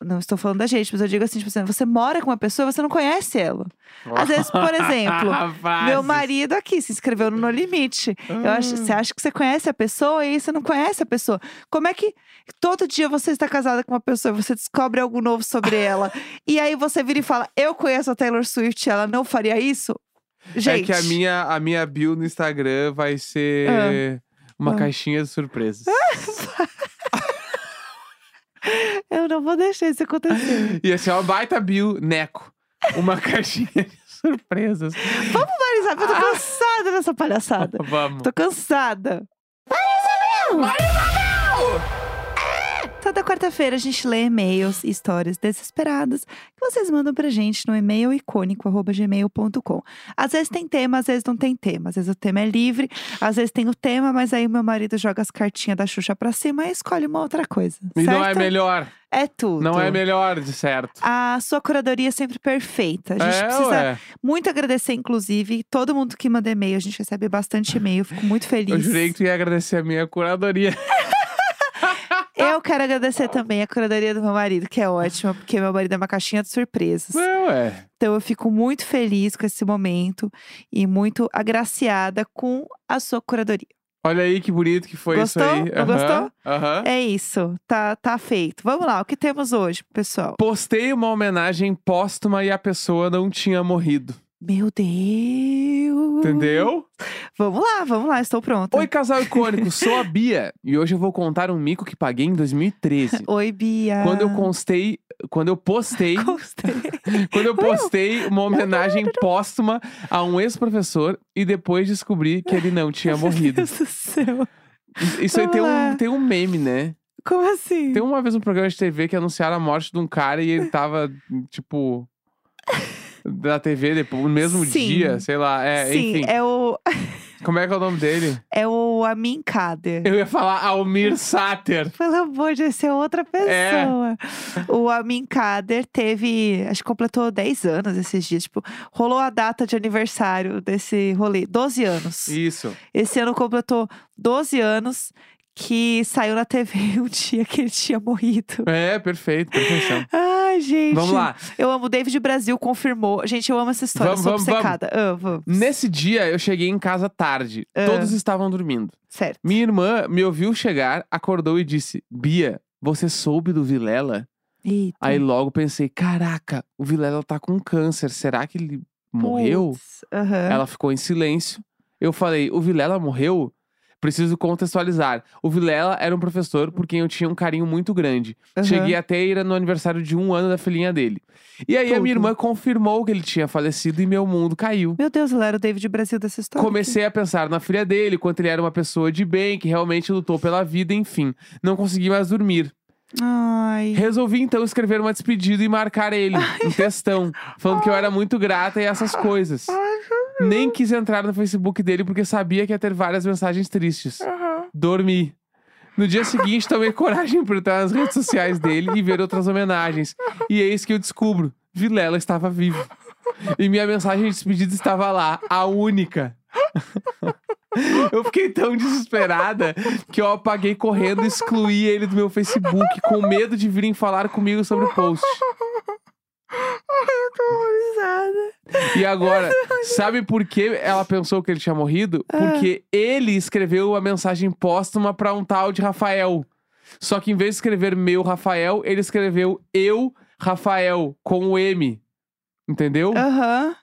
[SPEAKER 1] Não estou falando da gente, mas eu digo assim, tipo assim, você mora com uma pessoa, você não conhece ela. Às vezes,
[SPEAKER 2] (laughs)
[SPEAKER 1] por exemplo, Meu
[SPEAKER 2] Rapazes.
[SPEAKER 1] marido aqui se inscreveu no No Limite. Eu acho,
[SPEAKER 2] Ah.
[SPEAKER 1] você acha que você conhece a pessoa e aí você não conhece a pessoa. Como é que todo dia você está casada com uma pessoa e você descobre algo novo
[SPEAKER 2] (laughs)
[SPEAKER 1] sobre ela? e aí você vira e fala: Eu conheço a Taylor Swift, ela não faria isso? Gente.
[SPEAKER 2] É que a minha, a minha bio no Instagram vai ser uma
[SPEAKER 1] Ah.
[SPEAKER 2] caixinha de surpresas.
[SPEAKER 1] Eu não vou deixar isso
[SPEAKER 2] (laughs)
[SPEAKER 1] acontecer.
[SPEAKER 2] E assim, ó, baita bio, neco. Uma (laughs) caixinha de surpresas.
[SPEAKER 1] Marisabel, eu tô cansada dessa palhaçada.
[SPEAKER 2] Vamos.
[SPEAKER 1] Tô cansada. Toda quarta-feira a gente lê e-mails e histórias desesperadas que vocês mandam pra gente no e-mail icônico.gmail.com. Às vezes tem tema, às vezes não tem tema. Às vezes o tema é livre, às vezes tem o tema, mas aí o meu marido joga as cartinhas da Xuxa pra cima e escolhe uma outra coisa.
[SPEAKER 2] E não é
[SPEAKER 1] certo?
[SPEAKER 2] melhor.
[SPEAKER 1] É tudo.
[SPEAKER 2] Não é melhor, de certo.
[SPEAKER 1] A sua curadoria é sempre perfeita. A gente
[SPEAKER 2] é,
[SPEAKER 1] precisa
[SPEAKER 2] ué.
[SPEAKER 1] muito agradecer, inclusive, todo mundo que manda e-mail. A gente recebe bastante e-mail, fico muito feliz.
[SPEAKER 2] Eu jurei que tu ia agradecer a minha curadoria. Tá.
[SPEAKER 1] Eu quero agradecer também a curadoria do meu marido, que é ótima, porque meu marido é uma caixinha de surpresas.
[SPEAKER 2] É, ué.
[SPEAKER 1] Então eu fico muito feliz com esse momento e muito agraciada com a sua curadoria.
[SPEAKER 2] Olha aí que bonito que foi
[SPEAKER 1] Gostou?
[SPEAKER 2] isso aí.
[SPEAKER 1] Não gostou?
[SPEAKER 2] Aham.
[SPEAKER 1] É isso, tá, tá feito. Vamos lá, o que temos hoje, pessoal?
[SPEAKER 2] Postei uma homenagem póstuma e a pessoa não tinha morrido.
[SPEAKER 1] Meu Deus!
[SPEAKER 2] Entendeu?
[SPEAKER 1] Vamos lá, vamos lá, estou pronta.
[SPEAKER 2] Oi, casal icônico, sou a Bia e hoje eu vou contar um mico que paguei em 2013.
[SPEAKER 1] Oi, Bia.
[SPEAKER 2] Quando eu
[SPEAKER 1] (laughs)
[SPEAKER 2] constei, quando eu postei,
[SPEAKER 1] Gostei.
[SPEAKER 2] quando eu postei uma homenagem póstuma a um ex-professor e depois descobri que ele não
[SPEAKER 1] (laughs)
[SPEAKER 2] tinha morrido.
[SPEAKER 1] Meu Deus do céu.
[SPEAKER 2] Isso aí tem
[SPEAKER 1] Vamos
[SPEAKER 2] um,
[SPEAKER 1] lá.
[SPEAKER 2] tem um meme, né?
[SPEAKER 1] Como assim?
[SPEAKER 2] Tem uma vez um programa de TV que anunciaram a morte de um cara e ele tava, tipo. Da TV depois, no mesmo
[SPEAKER 1] Sim.
[SPEAKER 2] dia, sei lá. É,
[SPEAKER 1] Sim,
[SPEAKER 2] enfim.
[SPEAKER 1] é o,
[SPEAKER 2] Como é que é o nome dele?
[SPEAKER 1] é o Amin Kader.
[SPEAKER 2] Eu ia falar Almir Sater.
[SPEAKER 1] Pelo amor de Deus, esse é outra pessoa.
[SPEAKER 2] É.
[SPEAKER 1] O Amin Kader teve, acho que completou 10 anos esses dias. Tipo, rolou a data de aniversário desse rolê, 12 anos.
[SPEAKER 2] Isso.
[SPEAKER 1] Esse ano completou 12 anos que saiu na (laughs) TV o dia que ele tinha morrido.
[SPEAKER 2] É, perfeito, perfeição.
[SPEAKER 1] Ai, gente.
[SPEAKER 2] Vamos lá.
[SPEAKER 1] Eu amo. David Brasil confirmou. Gente, eu amo essa história.
[SPEAKER 2] Vamos,
[SPEAKER 1] sou
[SPEAKER 2] vamos, vamos.
[SPEAKER 1] obcecada. Ah, Amo.
[SPEAKER 2] Nesse dia, eu cheguei em casa tarde.
[SPEAKER 1] Ah.
[SPEAKER 2] Todos estavam dormindo.
[SPEAKER 1] Certo.
[SPEAKER 2] Minha irmã me ouviu chegar, acordou e disse: Bia, você soube do Vilela?
[SPEAKER 1] Eita.
[SPEAKER 2] Aí logo pensei: caraca, o Vilela tá com câncer. Será que ele morreu?
[SPEAKER 1] Putz, é. Aham.
[SPEAKER 2] Ela ficou em silêncio. Eu falei: o Vilela morreu? Preciso contextualizar. O Vilela era um professor por quem eu tinha um carinho muito grande.
[SPEAKER 1] aham.
[SPEAKER 2] Cheguei até a ir no aniversário de um ano da filhinha dele. E aí a minha
[SPEAKER 1] Tudo.
[SPEAKER 2] irmã confirmou que ele tinha falecido e meu mundo caiu.
[SPEAKER 1] Meu Deus, ela era o David Brasil dessa história.
[SPEAKER 2] Comecei a pensar na filha dele, quanto ele era uma pessoa de bem, que realmente lutou pela vida, enfim. Não consegui mais dormir.
[SPEAKER 1] Ai.
[SPEAKER 2] Resolvi então escrever uma despedida e marcar ele, um textão, falando que eu era muito grata e essas coisas. Nem quis entrar no Facebook dele porque sabia que ia ter várias mensagens tristes. Dormi. No dia seguinte, tomei coragem para entrar nas redes sociais dele e ver outras homenagens. E eis que eu descubro: Vilela estava vivo. E minha mensagem de despedida estava lá, a única. (laughs) Eu fiquei tão desesperada que eu apaguei correndo e excluí ele do meu Facebook, com medo de virem falar comigo sobre o post.
[SPEAKER 1] Eu tô
[SPEAKER 2] é, né?
[SPEAKER 1] horrorizada.
[SPEAKER 2] E agora, sabe por que ela pensou que ele tinha morrido? Porque ele escreveu a mensagem póstuma pra um tal de Rafael. Só que em vez de escrever meu Rafael, ele escreveu eu, Rafael, com o M. Entendeu?
[SPEAKER 1] Aham.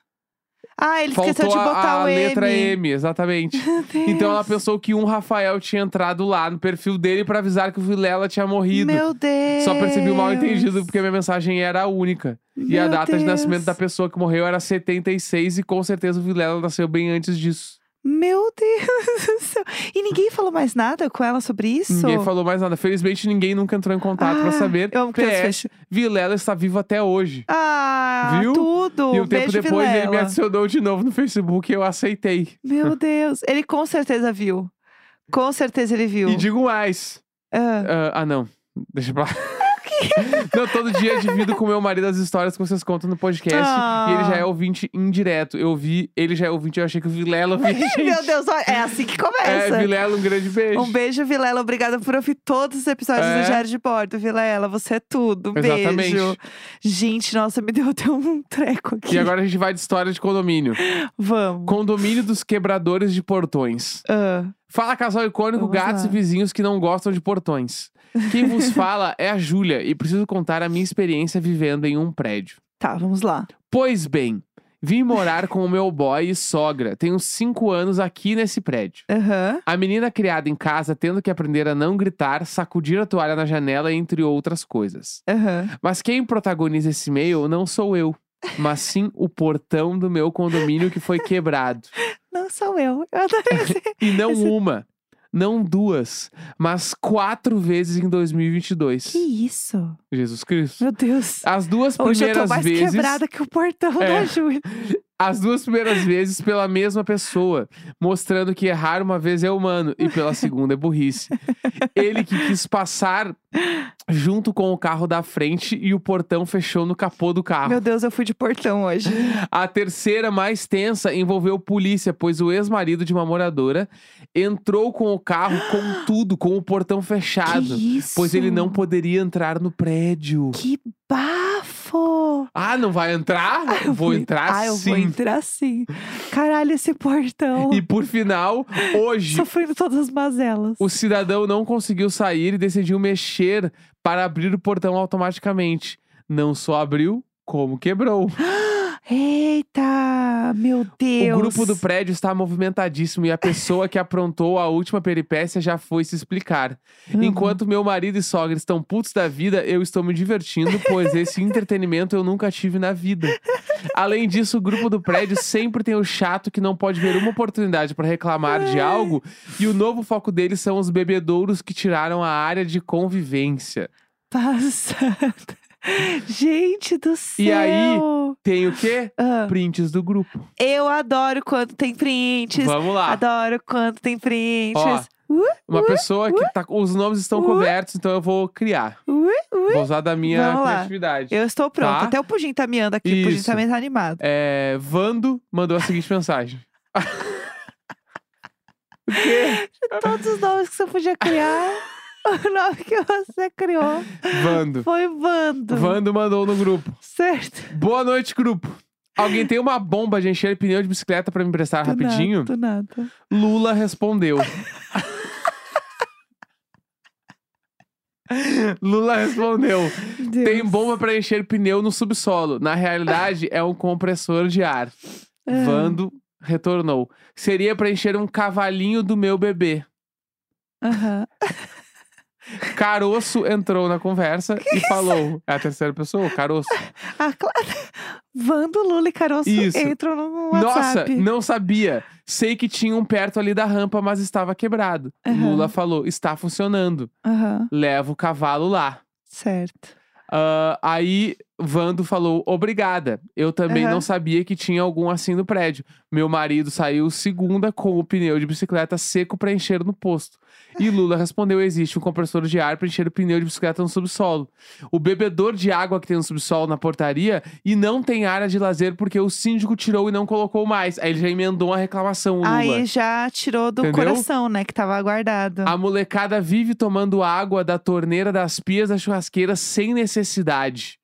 [SPEAKER 1] Ah, ele esqueceu
[SPEAKER 2] Tipo, Faltou
[SPEAKER 1] de
[SPEAKER 2] a-
[SPEAKER 1] botar
[SPEAKER 2] a,
[SPEAKER 1] o M.
[SPEAKER 2] letra M, exatamente.
[SPEAKER 1] Meu Deus.
[SPEAKER 2] Então ela pensou que um Rafael tinha entrado lá no perfil dele pra avisar que o Vilela tinha morrido.
[SPEAKER 1] Meu Deus.
[SPEAKER 2] Só percebi o mal entendido porque a minha mensagem era a única. e a
[SPEAKER 1] Meu
[SPEAKER 2] data de
[SPEAKER 1] Deus.
[SPEAKER 2] nascimento da pessoa que morreu era 76 e com certeza o Vilela nasceu bem antes disso.
[SPEAKER 1] Meu Deus do céu. E ninguém falou mais nada com ela sobre isso?
[SPEAKER 2] Ninguém falou mais nada. Felizmente ninguém nunca entrou em contato pra
[SPEAKER 1] Ah,
[SPEAKER 2] saber.
[SPEAKER 1] Eu amo que
[SPEAKER 2] PS,
[SPEAKER 1] fecho.
[SPEAKER 2] Vilela está vivo até hoje.
[SPEAKER 1] Ah,
[SPEAKER 2] Viu?
[SPEAKER 1] tudo.
[SPEAKER 2] e um tempo
[SPEAKER 1] Beijo,
[SPEAKER 2] depois ele me
[SPEAKER 1] Vilela.
[SPEAKER 2] adicionou de novo no Facebook e eu aceitei.
[SPEAKER 1] Meu Deus. Ele com certeza viu. Com certeza ele viu.
[SPEAKER 2] E digo mais. (laughs)
[SPEAKER 1] Ah,
[SPEAKER 2] Ah, ah, não. Deixa
[SPEAKER 1] (laughs)
[SPEAKER 2] pra lá. (laughs) Não, todo dia divido com meu marido as histórias que vocês contam no podcast.
[SPEAKER 1] Ah.
[SPEAKER 2] E ele já é ouvinte indireto. Eu vi, ele já é ouvinte, eu achei que o Vilela via a gente.
[SPEAKER 1] Meu Deus, olha, é assim que começa.
[SPEAKER 2] É, Vilela, um grande beijo.
[SPEAKER 1] Um beijo, Vilela. Obrigada por ouvir todos os episódios
[SPEAKER 2] É.
[SPEAKER 1] do Diário de Bordo, Vilela. Você é tudo. Um
[SPEAKER 2] Exatamente.
[SPEAKER 1] Beijo. Gente, nossa, me deu até um treco (laughs) aqui.
[SPEAKER 2] E agora a gente vai de história de condomínio.
[SPEAKER 1] Vamos.
[SPEAKER 2] Condomínio dos quebradores de portões.
[SPEAKER 1] Ah,
[SPEAKER 2] Fala, casal icônico,
[SPEAKER 1] Vamos
[SPEAKER 2] gatos
[SPEAKER 1] lá.
[SPEAKER 2] e vizinhos que não gostam de portões. Quem
[SPEAKER 1] (laughs)
[SPEAKER 2] vos fala é a Júlia e preciso contar a minha experiência vivendo em um prédio.
[SPEAKER 1] tá, vamos lá.
[SPEAKER 2] Pois bem, vim morar com o meu boy e sogra. Tenho cinco anos aqui nesse prédio.
[SPEAKER 1] Aham.
[SPEAKER 2] A menina criada em casa tendo que aprender a não gritar, sacudir a toalha na janela, entre outras coisas.
[SPEAKER 1] Aham.
[SPEAKER 2] Mas quem protagoniza esse e-mail não sou eu, mas sim o portão do meu condomínio que foi quebrado.
[SPEAKER 1] Não sou eu. Eu adorei.
[SPEAKER 2] E não uma. não duas, mas quatro vezes em 2022.
[SPEAKER 1] Que isso?
[SPEAKER 2] Jesus Cristo.
[SPEAKER 1] Meu Deus.
[SPEAKER 2] As duas
[SPEAKER 1] Hoje eu tô
[SPEAKER 2] primeiras
[SPEAKER 1] mais
[SPEAKER 2] vezes,
[SPEAKER 1] quebrada que o portão
[SPEAKER 2] É.
[SPEAKER 1] da Júlia.
[SPEAKER 2] as duas primeiras vezes pela mesma pessoa, mostrando que errar uma vez é humano e pela segunda é burrice. Ele que quis passar junto com o carro da frente e o portão fechou no capô do carro.
[SPEAKER 1] Meu Deus, eu fui de portão hoje.
[SPEAKER 2] A terceira, mais tensa, envolveu polícia, pois o ex-marido de uma moradora entrou com o carro com tudo, com o portão fechado,
[SPEAKER 1] que isso?
[SPEAKER 2] pois ele não poderia entrar no prédio.
[SPEAKER 1] Que bafo!
[SPEAKER 2] Ah, não vai entrar? vou entrar
[SPEAKER 1] Ah, eu
[SPEAKER 2] sim.
[SPEAKER 1] vou entrar sim. Caralho, esse portão.
[SPEAKER 2] E por final, hoje,
[SPEAKER 1] Sofrendo todas as mazelas.
[SPEAKER 2] o cidadão não conseguiu sair e decidiu mexer para abrir o portão automaticamente. Não só abriu, como quebrou.
[SPEAKER 1] Eita! Meu Deus!
[SPEAKER 2] O grupo do prédio está movimentadíssimo e a pessoa que aprontou a última peripécia já foi se explicar.
[SPEAKER 1] Uhum.
[SPEAKER 2] Enquanto meu marido e sogra estão putos da vida, eu estou me divertindo, pois
[SPEAKER 1] (laughs)
[SPEAKER 2] esse entretenimento eu nunca tive na vida. Além disso, o grupo do prédio sempre tem o chato que não pode ver uma oportunidade para reclamar de algo, e o novo foco deles são os bebedouros que tiraram a área de convivência.
[SPEAKER 1] Passada. tá Gente do céu!
[SPEAKER 2] E aí? Tem o quê?
[SPEAKER 1] Ah,
[SPEAKER 2] Prints do grupo.
[SPEAKER 1] eu adoro quando tem prints.
[SPEAKER 2] Vamos lá.
[SPEAKER 1] Adoro quando tem prints.
[SPEAKER 2] Ó.
[SPEAKER 1] Uh,
[SPEAKER 2] Uma
[SPEAKER 1] uh,
[SPEAKER 2] pessoa que tá. Os nomes estão
[SPEAKER 1] Ui.
[SPEAKER 2] cobertos, então eu vou criar.
[SPEAKER 1] uh.
[SPEAKER 2] Vou usar da minha
[SPEAKER 1] Vamos lá.
[SPEAKER 2] criatividade.
[SPEAKER 1] Eu estou pronta.
[SPEAKER 2] Tá.
[SPEAKER 1] Até o Pudim tá miando aqui. O Pudim
[SPEAKER 2] Isso.
[SPEAKER 1] tá meio animado.
[SPEAKER 2] É, Vando mandou a seguinte mensagem.
[SPEAKER 1] Todos os nomes que você podia criar, (laughs) o nome que você criou
[SPEAKER 2] Vando.
[SPEAKER 1] foi Vando.
[SPEAKER 2] Vando mandou no grupo.
[SPEAKER 1] Certo?
[SPEAKER 2] Boa noite, grupo. Alguém tem uma bomba de encher pneu de bicicleta pra me emprestar
[SPEAKER 1] Do
[SPEAKER 2] Tá rapidinho?
[SPEAKER 1] nada, do nada.
[SPEAKER 2] Lula respondeu. Lula respondeu.
[SPEAKER 1] Deus.
[SPEAKER 2] Tem bomba pra encher pneu no subsolo. Na realidade, é um compressor de ar.
[SPEAKER 1] Ah.
[SPEAKER 2] Vando retornou. Seria pra encher um cavalinho do meu bebê.
[SPEAKER 1] Aham.
[SPEAKER 2] Caroço entrou na conversa e falou. É a terceira pessoa, Caroço.
[SPEAKER 1] Ah, claro. (laughs) Vando, Lula e Caroço
[SPEAKER 2] Isso.
[SPEAKER 1] entram no
[SPEAKER 2] Nossa,
[SPEAKER 1] WhatsApp.
[SPEAKER 2] não sabia. Sei que tinha um perto ali da rampa, mas estava quebrado.
[SPEAKER 1] Aham.
[SPEAKER 2] Lula falou: está funcionando.
[SPEAKER 1] Aham,
[SPEAKER 2] Leva o cavalo lá.
[SPEAKER 1] Certo.
[SPEAKER 2] Ah, aí Vando falou: obrigada. Eu também
[SPEAKER 1] Aham.
[SPEAKER 2] não sabia que tinha algum assim no prédio. Meu marido saiu segunda com o pneu de bicicleta seco para encher no posto. E Lula respondeu: existe um compressor de ar para encher o pneu de bicicleta no subsolo. O bebedor de água que tem no subsolo na portaria e não tem área de lazer porque o síndico tirou e não colocou mais. Aí ele já emendou uma reclamação, o Lula.
[SPEAKER 1] Aí já tirou do
[SPEAKER 2] Entendeu?
[SPEAKER 1] coração, né? Que tava guardado.
[SPEAKER 2] A molecada vive tomando água da torneira das pias da churrasqueira sem necessidade.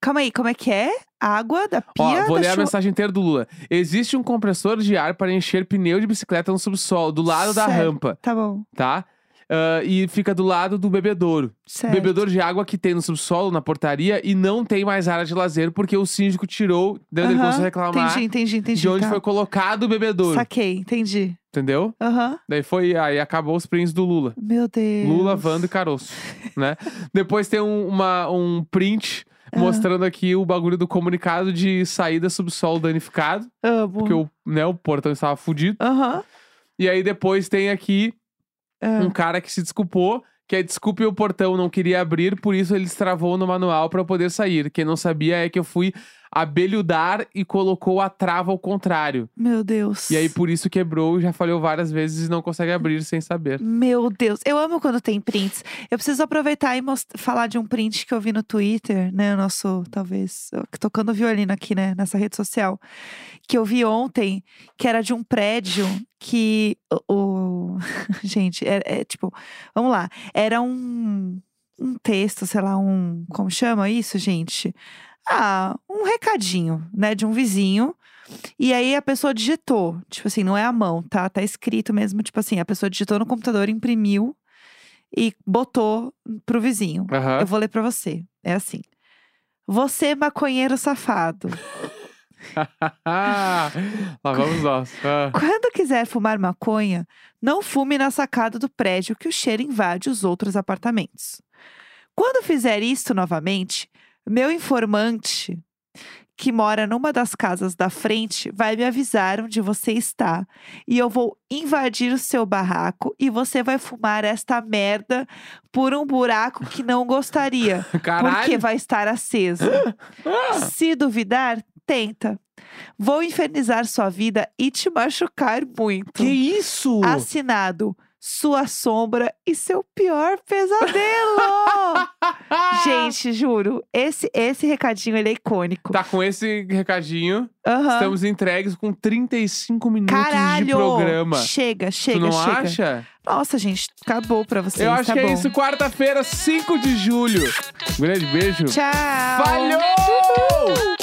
[SPEAKER 1] Calma aí, como é que é? Água da pia
[SPEAKER 2] Ó, vou
[SPEAKER 1] da
[SPEAKER 2] ler a
[SPEAKER 1] chu-
[SPEAKER 2] mensagem inteira do Lula. Existe um compressor de ar para encher pneu de bicicleta no subsolo, do lado da
[SPEAKER 1] Certo.
[SPEAKER 2] rampa,
[SPEAKER 1] Tá bom,
[SPEAKER 2] tá? Ah, e fica do lado do bebedouro.
[SPEAKER 1] certo.
[SPEAKER 2] Bebedouro de água que tem no subsolo, na portaria, e não tem mais área de lazer, porque o síndico tirou, né, deu ele
[SPEAKER 1] Aham,
[SPEAKER 2] começou a reclamar
[SPEAKER 1] Entendi, entendi, entendi.
[SPEAKER 2] de onde
[SPEAKER 1] tá.
[SPEAKER 2] foi colocado o bebedouro.
[SPEAKER 1] Saquei, entendi.
[SPEAKER 2] Entendeu?
[SPEAKER 1] Aham.
[SPEAKER 2] Daí foi, aí acabou os prints do Lula.
[SPEAKER 1] Meu Deus.
[SPEAKER 2] Lula, Vando e Caroço, né? Depois tem um, uma- um print mostrando aqui o bagulho do comunicado de saída subsolo danificado.
[SPEAKER 1] Amo.
[SPEAKER 2] Porque o, né, o portão estava fudido.
[SPEAKER 1] Aham.
[SPEAKER 2] E aí depois tem aqui
[SPEAKER 1] É.
[SPEAKER 2] um cara que se desculpou. Que é desculpe, o portão não queria abrir, por isso ele destravou no manual para poder sair. Quem não sabia é que eu fui abelhudar e colocou a trava ao contrário.
[SPEAKER 1] Meu Deus.
[SPEAKER 2] E aí por isso quebrou, já falhou várias vezes e não consegue abrir sem saber.
[SPEAKER 1] Meu Deus, eu amo quando tem prints. Eu preciso aproveitar e most- falar de um print que eu vi no Twitter, né? O nosso, talvez, eu- tocando violino aqui, né? Nessa rede social. Que eu vi ontem, que era de um prédio que. o- o- (laughs) Gente, é, é tipo. Vamos lá. Era um. Um texto, sei lá, um. Como chama isso, gente? Ah, um recadinho, né? De um vizinho. E aí a pessoa digitou, tipo assim, não é a mão, tá? Tá escrito mesmo, tipo assim, a pessoa digitou no computador, imprimiu e botou pro vizinho.
[SPEAKER 2] Aham.
[SPEAKER 1] Eu vou ler pra você. É assim. Você, maconheiro safado,
[SPEAKER 2] (laughs) Lá vamos nós. Ah.
[SPEAKER 1] quando quiser fumar maconha, não fume na sacada do prédio que o cheiro invade os outros apartamentos. Quando fizer isso novamente, meu informante, que mora numa das casas da frente vai me avisar onde você está. E eu vou invadir o seu barraco e você vai fumar esta merda por um buraco que não gostaria, porque
[SPEAKER 2] Caralho.
[SPEAKER 1] vai estar
[SPEAKER 2] (gasps)
[SPEAKER 1] acesa.
[SPEAKER 2] Ah!
[SPEAKER 1] Se duvidar, tenta. Vou infernizar sua vida e te machucar muito.
[SPEAKER 2] Que isso?
[SPEAKER 1] Assinado, sua sombra e seu pior
[SPEAKER 2] (laughs)
[SPEAKER 1] pesadelo.
[SPEAKER 2] Ah!
[SPEAKER 1] Gente, juro, esse, esse recadinho ele é icônico.
[SPEAKER 2] Tá com esse recadinho.
[SPEAKER 1] Aham.
[SPEAKER 2] Estamos entregues com 35 minutos
[SPEAKER 1] Caralho!
[SPEAKER 2] de programa.
[SPEAKER 1] Chega, chega,
[SPEAKER 2] tu não
[SPEAKER 1] chega.
[SPEAKER 2] acha?
[SPEAKER 1] Nossa, gente, acabou pra vocês.
[SPEAKER 2] Eu acho
[SPEAKER 1] tá
[SPEAKER 2] que
[SPEAKER 1] bom.
[SPEAKER 2] é isso. Quarta-feira, 5 de julho. Um grande beijo.
[SPEAKER 1] Tchau.
[SPEAKER 2] Falhou!